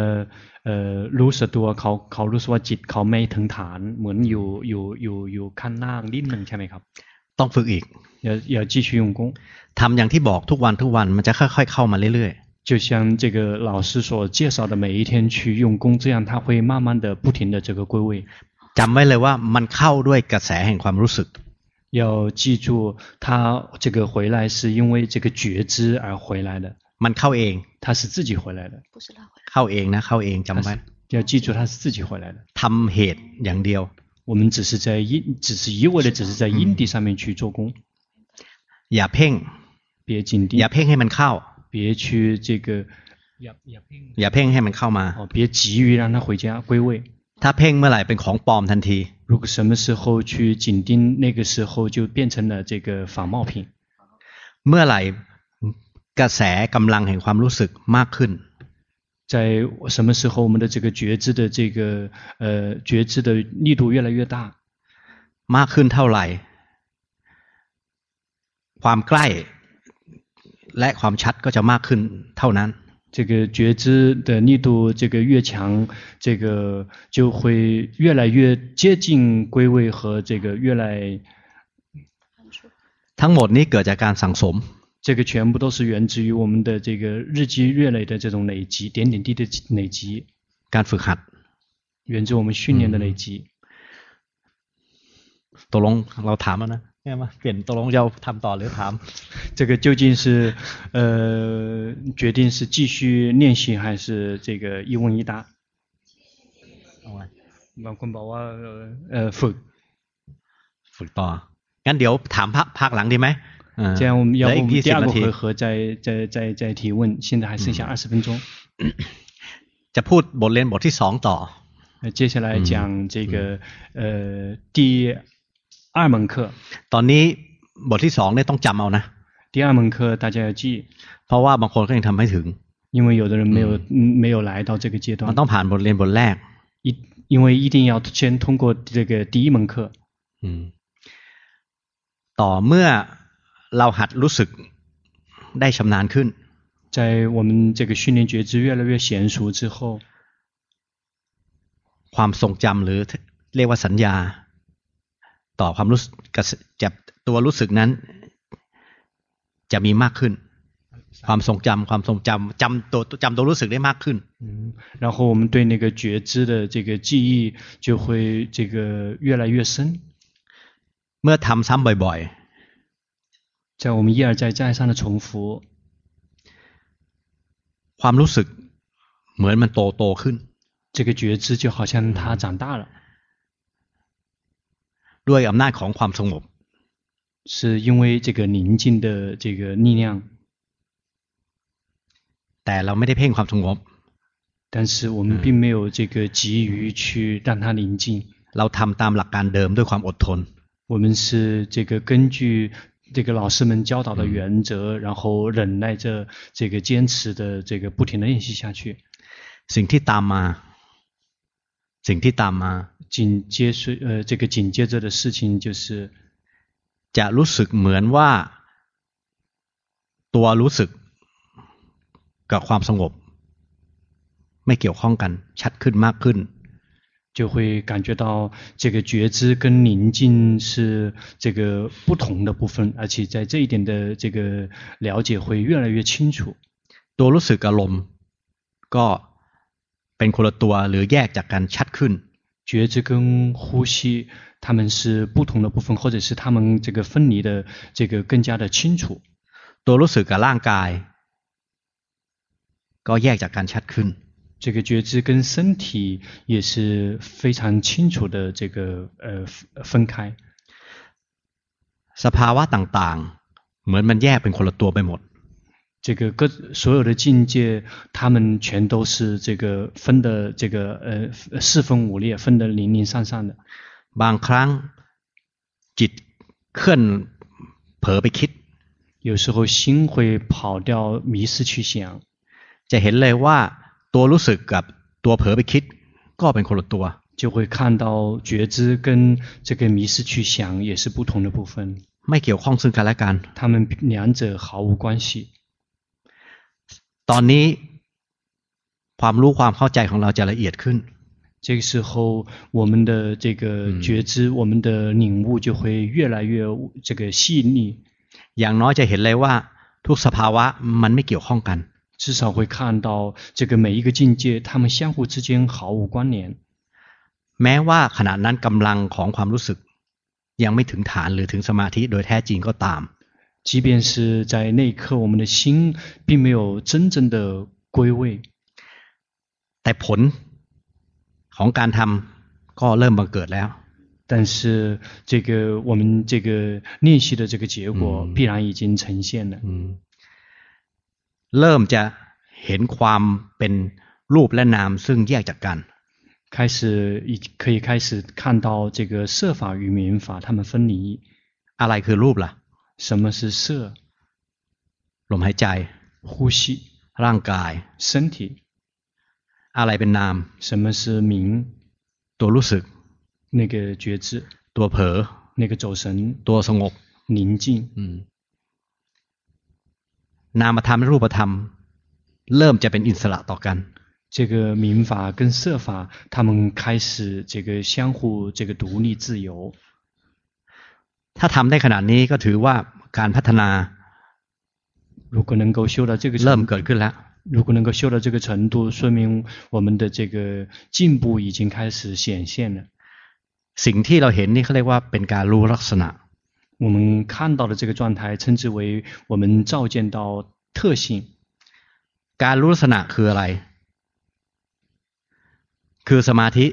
Speaker 2: เอ่อรู้สึกตัวเขาเขารู้สึกว่าจิตเขาไม่ถึงฐานเหมือนอยู่อยู่อยู่อยู่ขั้นล่างนิดหนึ่งใช่ไหมครับ
Speaker 1: ต้องฝึกอีก
Speaker 2: 要要继续用功，
Speaker 1: ทำอย่างที่บอกทุกวันทุกวันมันจะค่อย ๆ เข้ามาเรื่อย
Speaker 2: 就像这个老师所介绍的，每一天去用功，这样他会慢慢的、不停的这个归位。
Speaker 1: ๆจำไว้เลยว่ามันเข้าด้วยกระแสแห่งความรู้สึก
Speaker 2: 要记住，他这个回来是因为这个觉知而回来的，
Speaker 1: มันเข้าเอง
Speaker 2: 他是自己回来的。
Speaker 3: 不是拉回来，
Speaker 1: เข้าเองนะเข้าเองจำ
Speaker 2: 他
Speaker 1: ไว้
Speaker 2: 是要记住，他是自己回来的。
Speaker 1: ทำเหตุอย่างเดียว
Speaker 2: 我们只是在因，只是一味的只是在因地上面去做功，
Speaker 1: อย่าเพ่ง
Speaker 2: 别紧盯
Speaker 1: อย่า，เพ่งให้มันเข้า
Speaker 2: 别去这个
Speaker 4: อย่าอย่าเพ่ง
Speaker 1: อย่าเพ่งให้มันเข้ามา
Speaker 2: 哦，别急于让他回家归位。
Speaker 1: ถ้าเพ่งเมื่อไหร่เป็นของปลอมทันที
Speaker 2: 如果什么时候去紧盯，那个时候就变成了这个仿冒品。
Speaker 1: เมื่อไหร่กระแสกำลังแห่งความรู้สึกมากขึ้น
Speaker 2: 在什么时候，我们的这个觉知的这个呃觉知的力度越来越大，
Speaker 1: มากขึ้นเท่าไหร่ ความใกล้ และความชัดก็จะมากขึ้นเท่านั้น
Speaker 2: 这个觉知的力度这个越强，这个就会越来越接近归位和这个越来，
Speaker 3: 看出
Speaker 1: ทั้งหมดนี้เกิดจากการสั่งสม
Speaker 2: 这个全部都是源自于我们的这个日积月累的这种累积，点点滴滴的累积，
Speaker 1: การฝึกหัด
Speaker 2: 源自我们训练的累积。
Speaker 1: ตกลงเราถามแล้วนะเนี่ยมาเปลี่ยนตกลงจะเอาทำต่อหรือถาม
Speaker 2: 这个究竟是呃决定是继续练习还是这个一问一答？
Speaker 1: เอาไว้
Speaker 2: บางคนบอกว่าเอ่อฝึก
Speaker 1: ฝึกต่อ งั้นเดี๋ยวถามพักพักหลังดีไหมเออ
Speaker 2: 这样我们要
Speaker 1: เหลือ
Speaker 2: 不我
Speaker 1: อีก
Speaker 2: 们
Speaker 1: ยี่
Speaker 2: 第
Speaker 1: สิบ
Speaker 2: 二个嗯
Speaker 1: นาที
Speaker 2: 回合再再再再提问，现在还剩下二十分钟。
Speaker 1: จะพูดบทเรียนบทที่สองต่อ
Speaker 2: 那呃接下来讲这个呃第二门课，
Speaker 1: ตอนนี้บทที่สองเนี่ยต้องจำเอานะ
Speaker 2: 第二门课大家要记，
Speaker 1: เพราะว่าบางคนก็ยังทำไม่ถึง
Speaker 2: 因为有的人没有嗯啊没有来到这个阶
Speaker 1: มัน
Speaker 2: 段，
Speaker 1: ต้องผ่านบทเรียนบทแรก
Speaker 2: 一因为一定要先通过这个第一门课。
Speaker 1: อืม ต่อเมื่อเราหัดรู้สึกได้ชำนาญขึ้น
Speaker 2: 在我们这个训练觉知越来越娴熟之后，
Speaker 1: ความทรงจำหรือเรียกว่าสัญญา ต่อความรู้สึกกับจับตัวรู้สึกนั้น จะมีมากขึ้น ความทรงจำความทรงจำจำตัวจำตัวรู้สึกได้มากขึ้น
Speaker 2: 嗯，然后我们对那个觉知的这个记忆就会这个越来越深，
Speaker 1: เมื่อทำซ้ำบ่อย
Speaker 2: 在我们一而再再而三的重复，
Speaker 1: ๆ ความรู้สึกเหมือนมันโตโตขึ้น
Speaker 2: 这个觉知就好像它长大了，
Speaker 1: ด้วยอำนาจของความสงบ
Speaker 2: 是因为这个宁静的这个力量。
Speaker 1: แต่เราไม่ได้เพ่งความสงบ
Speaker 2: 但是我们并没有这个急于去让它宁静，
Speaker 1: เราทำตามหลักการเดิมด้วยความอดทน
Speaker 2: 我们是这个根据这个老师们教导的原则，然后忍耐着这个坚持的这个不停的练习下去，
Speaker 1: สิ่งที่ตามมา สิ่งที่ตามมา
Speaker 2: 紧接随呃这个紧接着的事情就是
Speaker 1: จะรู้สึกเหมือนว่า ตัวรู้สึกกับความสงบ ไม่เกี่ยวข้องกัน ชัดขึ้นมากขึ้น
Speaker 2: 就会感觉到这个觉知跟宁静是这个不同的部分，而且在这一点的这个了解会越来越清楚。
Speaker 1: ตัวรู้สึกอารมณ์ก็เป็นคนละตัวหรือแยกจากกันชัดขึ้น
Speaker 2: 觉知跟呼吸，它们是不同的部分，或者是它们这个分离的这个更加的清楚。
Speaker 1: ตัวรู้สึกกับร่างกาย ก็แยกจากกันชัดขึ้น
Speaker 2: 这个觉知跟身体也是非常清楚的这个呃分分开，
Speaker 1: สภาวะต่างๆ เหมือนมันแยกเป็นคนละตัวไปหมด
Speaker 2: 这个各所有的境界，它们全都是这个分的这个呃四分五裂，分的零零散散的。
Speaker 1: บางครั้งจิตเคลื่อนเผลอไปคิด
Speaker 2: 有时候心会跑掉，迷失去想，
Speaker 1: จะเห็นเลยว่าตัวรู้สึกกับตัวเผลอไปคิด ก็เป็นคนละตัว
Speaker 2: 就会看到觉知跟这个迷失去想也是不同的部分。
Speaker 1: ไม่เกี่ยวข้องซึ่งกันและกัน
Speaker 2: 他们两者毫无关系。
Speaker 1: ตอนนี้ความรู้ความเข้าใจของเราจะละเอียดขึ้น
Speaker 2: 这个时候，我们的这个觉知，我们的领悟就会越来越这个细腻，
Speaker 1: อย่างน้อยจะเห็นเลยว่าทุกสภาวะมันไม่เกี่ยวข้องกัน
Speaker 2: 至少会看到这个每一个境界，它们相互之间毫无关联。
Speaker 1: แม้ว่าขณะนั้นกำลังของความรู้สึก ยังไม่ถึงฐานหรือถึงสมาธิโดยแท้จริงก็ตาม
Speaker 2: 即便是在那一刻，我们的心并没有真正的归位，
Speaker 1: แต่ผลของการทำก็เริ่มบังเกิดแล้ว
Speaker 2: 但是这个我们这个练习的这个结果
Speaker 1: 嗯
Speaker 2: 必然已经呈现了。
Speaker 1: เริ่มจะเห็นความเป็นรูปและนามซึ่งแยกจากกัน
Speaker 2: 开始已可以开始看到这个色法与名法它们分离。
Speaker 1: อะไรคือรูปล่ะ
Speaker 2: 什么是色？
Speaker 1: ลมหายใจ
Speaker 2: 呼吸、
Speaker 1: ร่างกาย
Speaker 2: 身体。
Speaker 1: อะไรเป็นนาม
Speaker 2: 什么是名？
Speaker 1: ตัวรู้สึก
Speaker 2: 那个觉知，
Speaker 1: ตัวเผลอ
Speaker 2: 那个走神、
Speaker 1: ตัวสงบ
Speaker 2: 宁静。
Speaker 1: นามธรรมและรูปธรรม เริ่มจะเป็นอิสระต่อกัน
Speaker 2: 这个名法跟色法，它们开始这个相互这个独立自由。
Speaker 1: ถ้าทำได้ขนาดนี้ก็ถือว่าการพัฒนา
Speaker 2: 如果能够修到这个
Speaker 1: เริ่ม
Speaker 2: 程，
Speaker 1: เกิดขึ้นแล้ว
Speaker 2: 如果能够修到这个程度，说明我们的这个进步已经开始显现了。
Speaker 1: สิ่งที่เราเห็นนี่เขาเรียกว่าเป็นการรู้ลักษณะ
Speaker 2: 我们看到的这个状态，称之为我们照见到特性。
Speaker 1: การรู้ลักษณะคืออะไร คือสมาธิ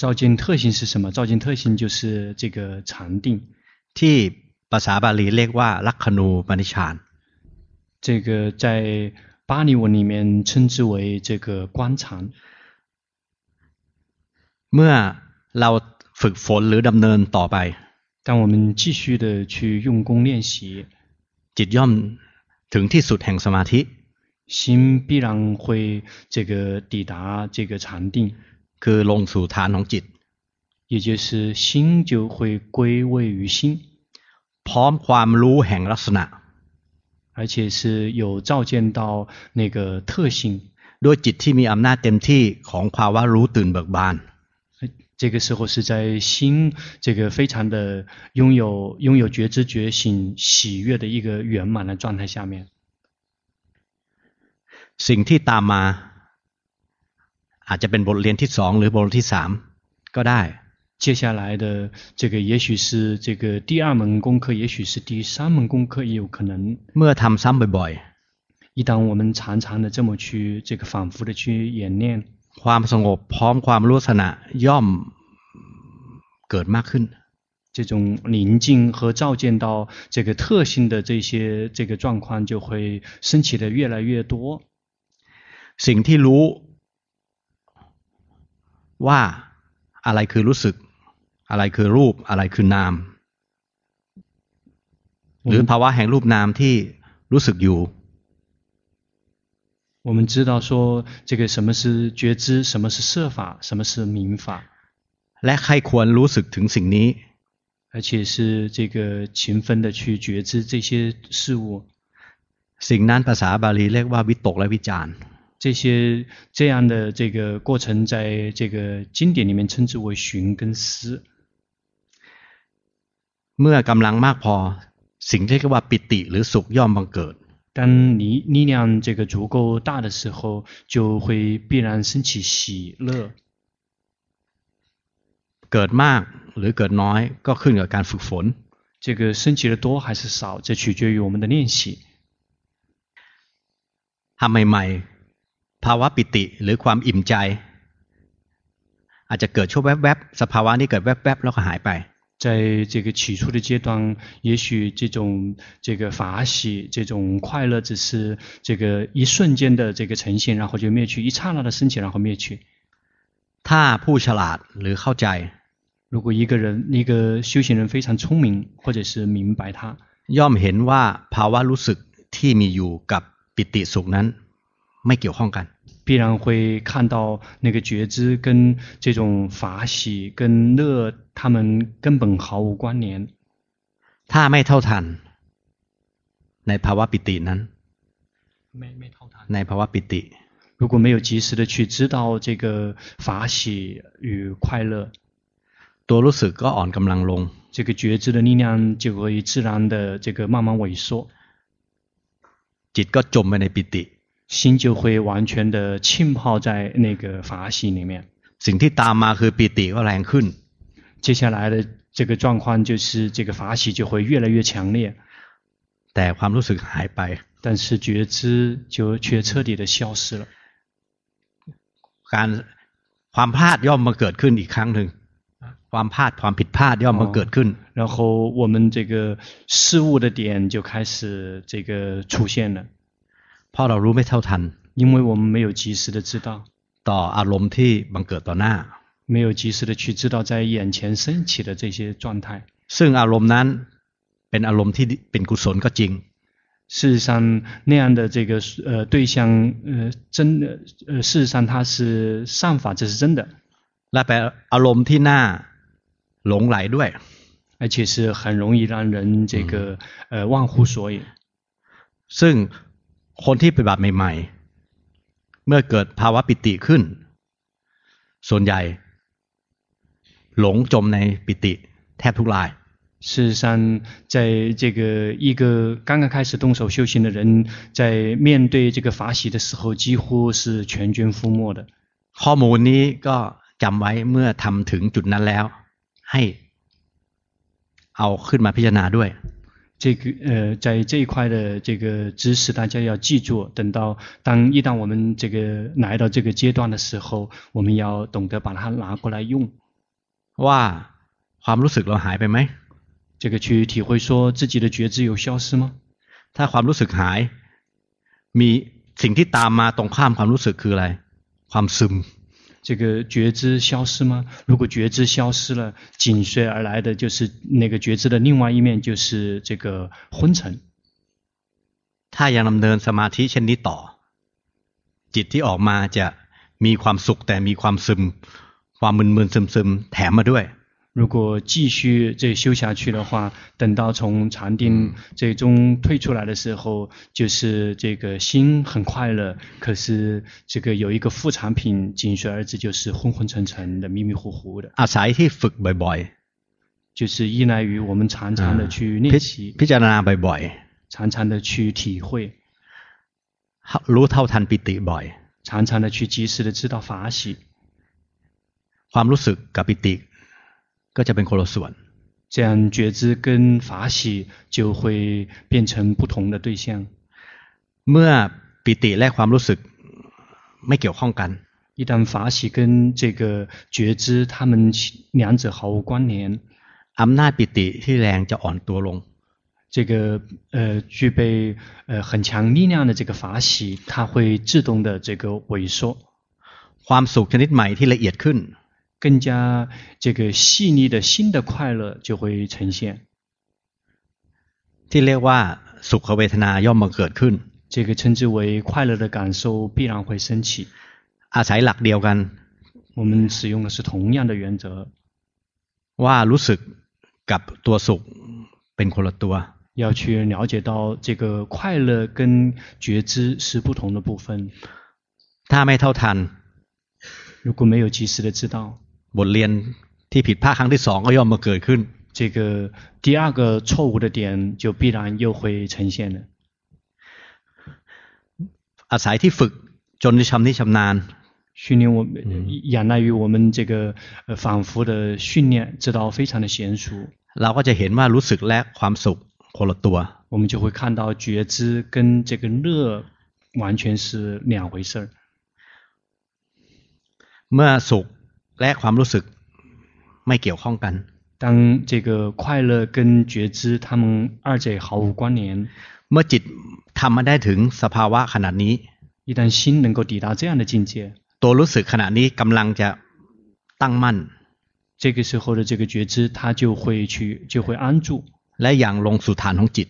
Speaker 2: 照见特性是什么？照见特性就是这个禅定，
Speaker 1: ที่ภาษาบาลีเรียกว่าลักขณูปนิชฌาน
Speaker 2: 这个在巴利文里面称之为这个观禅。
Speaker 1: เมื่อเราฝึกฝนหรือดำเนินต่อไป
Speaker 2: 当我们继续的去用功练习，
Speaker 1: จิตย่อมถึงที่สุดแห่งสมาธิ
Speaker 2: 心必然会这个抵达这个禅定，
Speaker 1: คือลงสู่ฐานของจิต
Speaker 2: 也就是心就会归位于心，
Speaker 1: พร้อมความรู้แห่งลักษณะ
Speaker 2: 而且是有照见到那个特性。
Speaker 1: ด้วยจิตที่มีอำนาจเต็มที่ของภาวะรู้ตื่นเบิกบาน
Speaker 2: 这个时候是在心这个非常的拥有拥有觉知觉醒喜悦的一个圆满的状态下面，
Speaker 1: สิ่งที่ตามมา อาจจะเป็นบทเรียนที่สองหรือบทเรียนที่สามก็ได้
Speaker 2: 接下来的这个也许是这个第二门功课，也许是第三门功课，也有可能。
Speaker 1: เมื่อทำซ้ำบ่อย
Speaker 2: 一旦我们常常的这么去这个反复的去演练，
Speaker 1: ๆ ความสงบพร้อมความรู้ลักษณะย่อมเกิดมากขึ้น
Speaker 2: 这种宁静和照见到这个特性的这些这个状况就会升起的越来越多。
Speaker 1: สิ่งที่รู้ว่าอะไรคือรู้สึก อะไรคือรูปอะไรคือนาม หรือภาวะแห่งรูปนามที่รู้สึกอยู่
Speaker 2: 我们知道说这个什么是觉知，什么是设法，什么是明法，
Speaker 1: และใครควรรู้สึกถึงสิ่งนี้
Speaker 2: 而且是这个勤奋的去觉知这些事物。
Speaker 1: สิ่งนั้นภาษาบาลีเรียกว่าวิตกและวิจารณ์
Speaker 2: 这些这样的这个过程，在这个经典里面称之为寻跟思。
Speaker 1: เมื่อกำลังมากพอ สิ่งที่เรียกว่าปิติหรือสุขย่อมบังเกิด
Speaker 2: 当力力量这个足够大的时候，就会必然升起喜乐。
Speaker 1: เกิดมากหรือเกิดน้อยก็ขึ้นกับการฝึกฝน
Speaker 2: 这个升起的多还是少，这取决于我们的练习。
Speaker 1: ทำใหม่ๆ ภาวะปิติหรือความอิ่มใจ อาจจะเกิดชั่วแวบๆ สภาวะนี้เกิดแวบๆ แล้วก็หายไป
Speaker 2: 在这个起初的阶段，也许这种这个法喜、这种快乐，只是这个一瞬间的这个呈现，然后就灭去，一刹那的升起，然后灭去。
Speaker 1: ถ้าผู้ฉลาดหรือเข้าใจ
Speaker 2: 如果一个人、一个修行人非常聪明，或者是明白他，
Speaker 1: ย่อมเห็นว่าภาวะรู้สึกที่มีอยู่กับปิติสุขนั้น ไม่เกี่ยวข้องกัน
Speaker 2: 必然会看到那个觉知跟这种法喜、跟乐，他们根本毫无关联。
Speaker 1: ถ้าไม่เท่าทัน ในภาวะปิตินั้น
Speaker 4: ไม่ไม่เท่าทัน
Speaker 1: ในภาวะปิติ
Speaker 2: 如果没有及时的去知道这个法喜与快乐，
Speaker 1: ตัวรู้สึกก็อ่อนกำลังลง
Speaker 2: 这个觉知的力量就会自然的这个慢慢萎缩，
Speaker 1: จิตก็จมไปในปิติ
Speaker 2: 心就会完全的浸泡在那个法喜里面。
Speaker 1: สิ่งที่ตามมาคือปิติก็แรงขึ้น
Speaker 2: 接下来的这个状况就是这个法喜就会越来越强烈，
Speaker 1: แต่ความรู้สึกหายไป
Speaker 2: 但是觉知就却彻底的消失了。
Speaker 1: การความพลาดย่อมมาเกิดขึ้นอีกครั้งหนึ่ง ความพลาดความผิดพลาดย่อมมาเกิดขึ้น
Speaker 2: 然后我们这个事物的点就开始这个出现了，
Speaker 1: เพราะเรารู้ไม่เท่าทัน
Speaker 2: 因为我们没有及时的知道，
Speaker 1: ต่ออารมณ์ที่บังเกิดต่อหน้า
Speaker 2: 没有及时的去知道在眼前升起的这些状态。
Speaker 1: ซึ่งอารมณ์นั้นเป็นอารมณ์ที่เป็นกุศลก็จริง
Speaker 2: 事实上，那样的这个呃对象呃真的呃事实上它是善法，这是真的，
Speaker 1: และเป็นอารมณ์ที่หน้าหลงไหลด้วย
Speaker 2: 而且是很容易让人这个、呃忘乎所以。
Speaker 1: ซึ่งคนที่ปฏิบัติใหม่ ๆ เมื่อเกิดภาวะปิติขึ้น ส่วนใหญ่ หลงจมในปิติแทบทุกราย
Speaker 2: 事实上，在这个一个刚刚开始动手修行的人，在面对这个法喜的时候，几乎是全军覆没的。
Speaker 1: ข้อมูลนี้ก็จำไว้เมื่อทำถึงจุดนั้นแล้ว ให้เอาขึ้นมาพิจารณาด้วย
Speaker 2: 这个呃，在这一块的这个知识，大家要记住。等到当一旦我们这个来到这个阶段的时候，我们要懂得把它拿过来用。
Speaker 1: ว่าความรู้สึกเราหายไปไหม
Speaker 2: 这个去体会说自己的觉知有消失吗？
Speaker 1: ถ้าความรู้สึกหาย มีสิ่งที่ตามมาตรงข้ามความรู้สึกคืออะไร ความซึม
Speaker 2: 这个觉知消失吗？如果觉知消失了，紧随而来的就是那个觉知的另外一面，就是这个昏沉。
Speaker 1: ถ้ายังดำเนินสมาธิเช่นนี้ต่อ จิตที่ออกมาจะมีความสุขแต่มีความซึม ความมึนมึนซึมซึมๆแถมมาด้วย
Speaker 2: 如果继续这修下去的话，等到从禅定最终退出来的时候，就是这个心很快乐，可是这个有一个副产品紧随而至，就是昏昏沉沉的、迷迷糊糊的，
Speaker 1: อาศัยที่ฝึกบ่อย
Speaker 2: 就是依赖于我们
Speaker 1: ๆ
Speaker 2: 常
Speaker 1: อ่า
Speaker 2: 常的去
Speaker 1: พิ
Speaker 2: 练习，
Speaker 1: พิจารณาบ่อย
Speaker 2: 常常的去体会，
Speaker 1: ๆ รู้เท่าทันปิติบ่อย
Speaker 2: 常常的去及时的知道法喜。
Speaker 1: ความรู้สึกกับปิติก็จะเป็นคนละส่วน
Speaker 2: 这样觉知跟法喜就会变成不同的对象。
Speaker 1: เมื่อปิติและความรู้สึกไม่เกี่ยวข้องกัน
Speaker 2: 一旦法喜跟这个觉知，他们其两者毫无关联，
Speaker 1: อำนาจปิติที่แรงจะอ่อนตัวลง
Speaker 2: 这个呃具备呃很强力量的这个法喜，它会自动的这个萎缩。
Speaker 1: ความสุขชนิดใหม่ที่ละเอียดขึ้น
Speaker 2: 更加这个细腻的新的快乐就会呈现，
Speaker 1: ที่เรียกว่าสุขเวทนาย่อมบังเกิดขึ้น
Speaker 2: 这个称之为快乐的感受必然会升起。
Speaker 1: อาศัยหลักเดียวกัน
Speaker 2: 我们使用的是同样的原则，
Speaker 1: ว่ารู้สึกกับตัวสุขเป็นคนละตัว
Speaker 2: 要去了解到这个快乐跟觉知是不同的部分。
Speaker 1: ถ้าไม่เท่าทัน
Speaker 2: 如果没有及时的知道，
Speaker 1: บทเรียนที่ผิดพลาดครั้งที่สองก็ย่อมมาเกิดขึ้น
Speaker 2: 这个第二个错误的点就必然又会呈现了。
Speaker 1: อาศัยที่ฝึกจนชำนิชำนาญ
Speaker 2: 训练我们、仰赖于我们这个呃反复的训练，知道非常的娴熟，
Speaker 1: เราก็จะเห็นว่ารู้สึกและความสุขคนละตัว
Speaker 2: 我们就会看到觉知跟这个乐完全是两回事儿。
Speaker 1: เมื่อสุขและความรู้สึกไม่เกี่ยวข้องกัน
Speaker 2: 当这个快乐跟觉知，他们二者毫无关联。
Speaker 1: เมื่อจิตทำมาได้ถึงสภาวะขนาดนี้
Speaker 2: 一旦心能够抵达这样的境界，
Speaker 1: ตัวรู้สึกขณะนี้กำลังจะตั้งมั่น
Speaker 2: 这个时候的这个觉知，它就会去就会安住，
Speaker 1: และอย่างลงสู่ฐานของจิต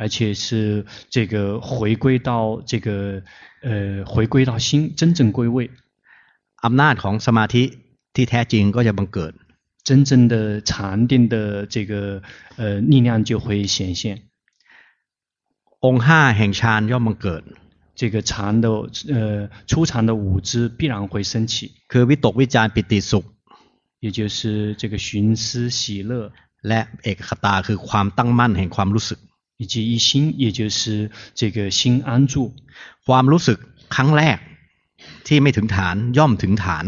Speaker 2: 而且是这个回归到这个呃回归到心，真正归位，
Speaker 1: อำนาจของสมาธิที่แท้จริงก็จะบังเกิด
Speaker 2: 真正的禅定的这个呃力量就会显现。
Speaker 1: องค์ห้าแห่งฌานย่อมบังเกิด
Speaker 2: 这个禅的呃出禅的五支必然会升起，
Speaker 1: คือวิตกวิจารปิติสุข
Speaker 2: 也就是这个寻思喜乐
Speaker 1: และเอกคตาคือความตั้งมั่นแห่งความรู้สึก
Speaker 2: 以及一心，也就是这个心安住。
Speaker 1: ความรู้สึกครั้งแรกที่ไม่ถึงฐานย่อมถึงฐาน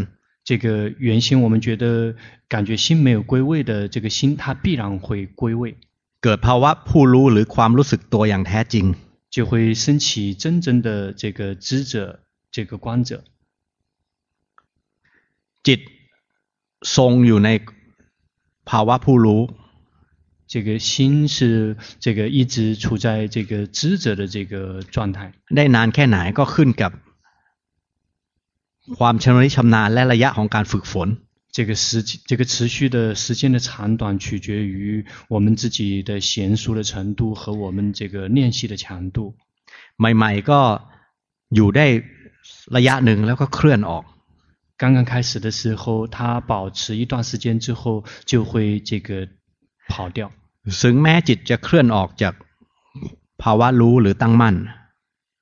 Speaker 2: 这个原先我们觉得感觉心没有归位的这个心，它必然会归位，
Speaker 1: เกิดภาวะผู้รู้หรือความรู้สึกตัวอย่างแท้จริง
Speaker 2: 就会升起真正的这个知者、这个观者，
Speaker 1: จิตทรงอยู่ในภาวะผู้รู้
Speaker 2: 这个心是这个一直处在这个知者的这个状态。
Speaker 1: ได้นานแค่ไหนก็ขึ้นกับ ความชำนิชำนาญและระยะของการฝึกฝน
Speaker 2: 这个时间这个持续的时间的长短，取决于我们自己的娴熟的程度和我们这个练习的强度。
Speaker 1: ใหม่ ๆ ก็อยู่ได้ระยะหนึ่งแล้วก็เคลื่อนออก
Speaker 2: 刚刚开始的时候，它保持一段时间之后，就会这个跑掉。
Speaker 1: ถึงแม้จิตจะเคลื่อนออกจากภาวะรู้หรือตั้งมั่น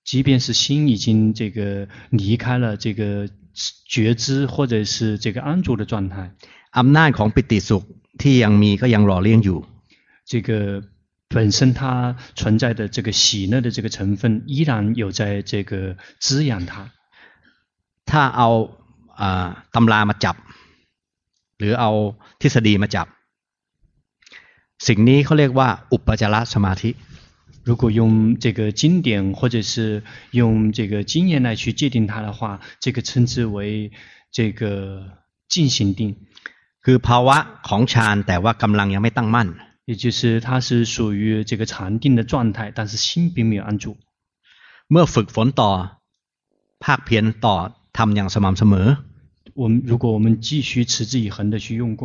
Speaker 2: 即便是心已经这个离开了这个觉知或者是这个安住的状态，
Speaker 1: อำนาจของปิติสุขที่ยังมีก็ยังหล่อเลี้ยงอยู่
Speaker 2: 这个本身它存在的这个喜乐的这个成分依然有在这个滋养它。
Speaker 1: ถ้าเอาอาตำรามาจับ หรือเอาทฤษฎีมาจับ สิ่งนี้เขาเรียกว่า อุปจารสมาธิ
Speaker 2: 如果用这个经典或者是用这个经验来去界定它的话，这个称之为这个进行定，
Speaker 1: คือภาวะของฌานแต่ว่ากำลังยังไม่ตั้งมั่น
Speaker 2: 也就是它是属于这个禅定的状态，但是心并没有安住。
Speaker 1: เมื่อฝึกฝนต่อ ภาคเพียรต่อทำอย่างสม่ำเสมอ
Speaker 2: 我们如果我们继续持之以恒的去用功，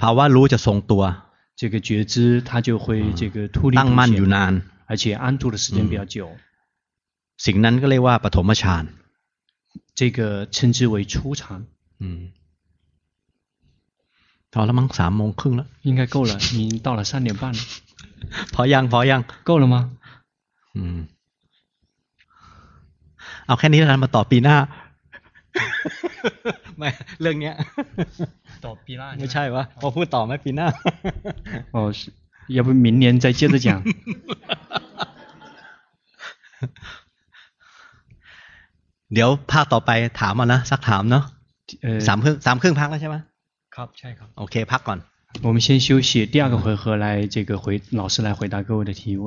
Speaker 1: ภาวะรู้จะทรงตัว
Speaker 2: 这个觉知它就会这个脱离
Speaker 1: ตั้ง
Speaker 2: 普
Speaker 1: มั่นอยู่
Speaker 2: 贤，
Speaker 1: นาน
Speaker 2: 而且安住的时间比较久，
Speaker 1: สิ่งนั้นก็เรียกว่าปฐมฌาน
Speaker 2: 这个称之为初禅。
Speaker 1: อืมพอแล้วมั้งสามโมงครึ่งแล้ว
Speaker 2: 应该 够了，已经到了三点半了，
Speaker 1: พอยังพอยัง
Speaker 2: 够了吗？
Speaker 1: อืม เอาแค่นี้แล้วกันมาต่อปีหน้า ไม่เรื่องเนี้ย
Speaker 4: ต่อปีหน้า
Speaker 1: ไม่ใช่วะพอพูดต่อไหมปีหน้า
Speaker 2: 哦，是，要不明年再接着讲。
Speaker 1: เดี๋ยวภาคต่อไปถามมานะสักถามเนาะ
Speaker 2: 呃，
Speaker 1: สามครึ่งสามครึ่งพักแล้วใช่ไหม
Speaker 4: ครับใช่ครับ
Speaker 1: โอเคพักก่อน
Speaker 2: 我们先休息，第二个回合来这个回老师来回答各位的提问。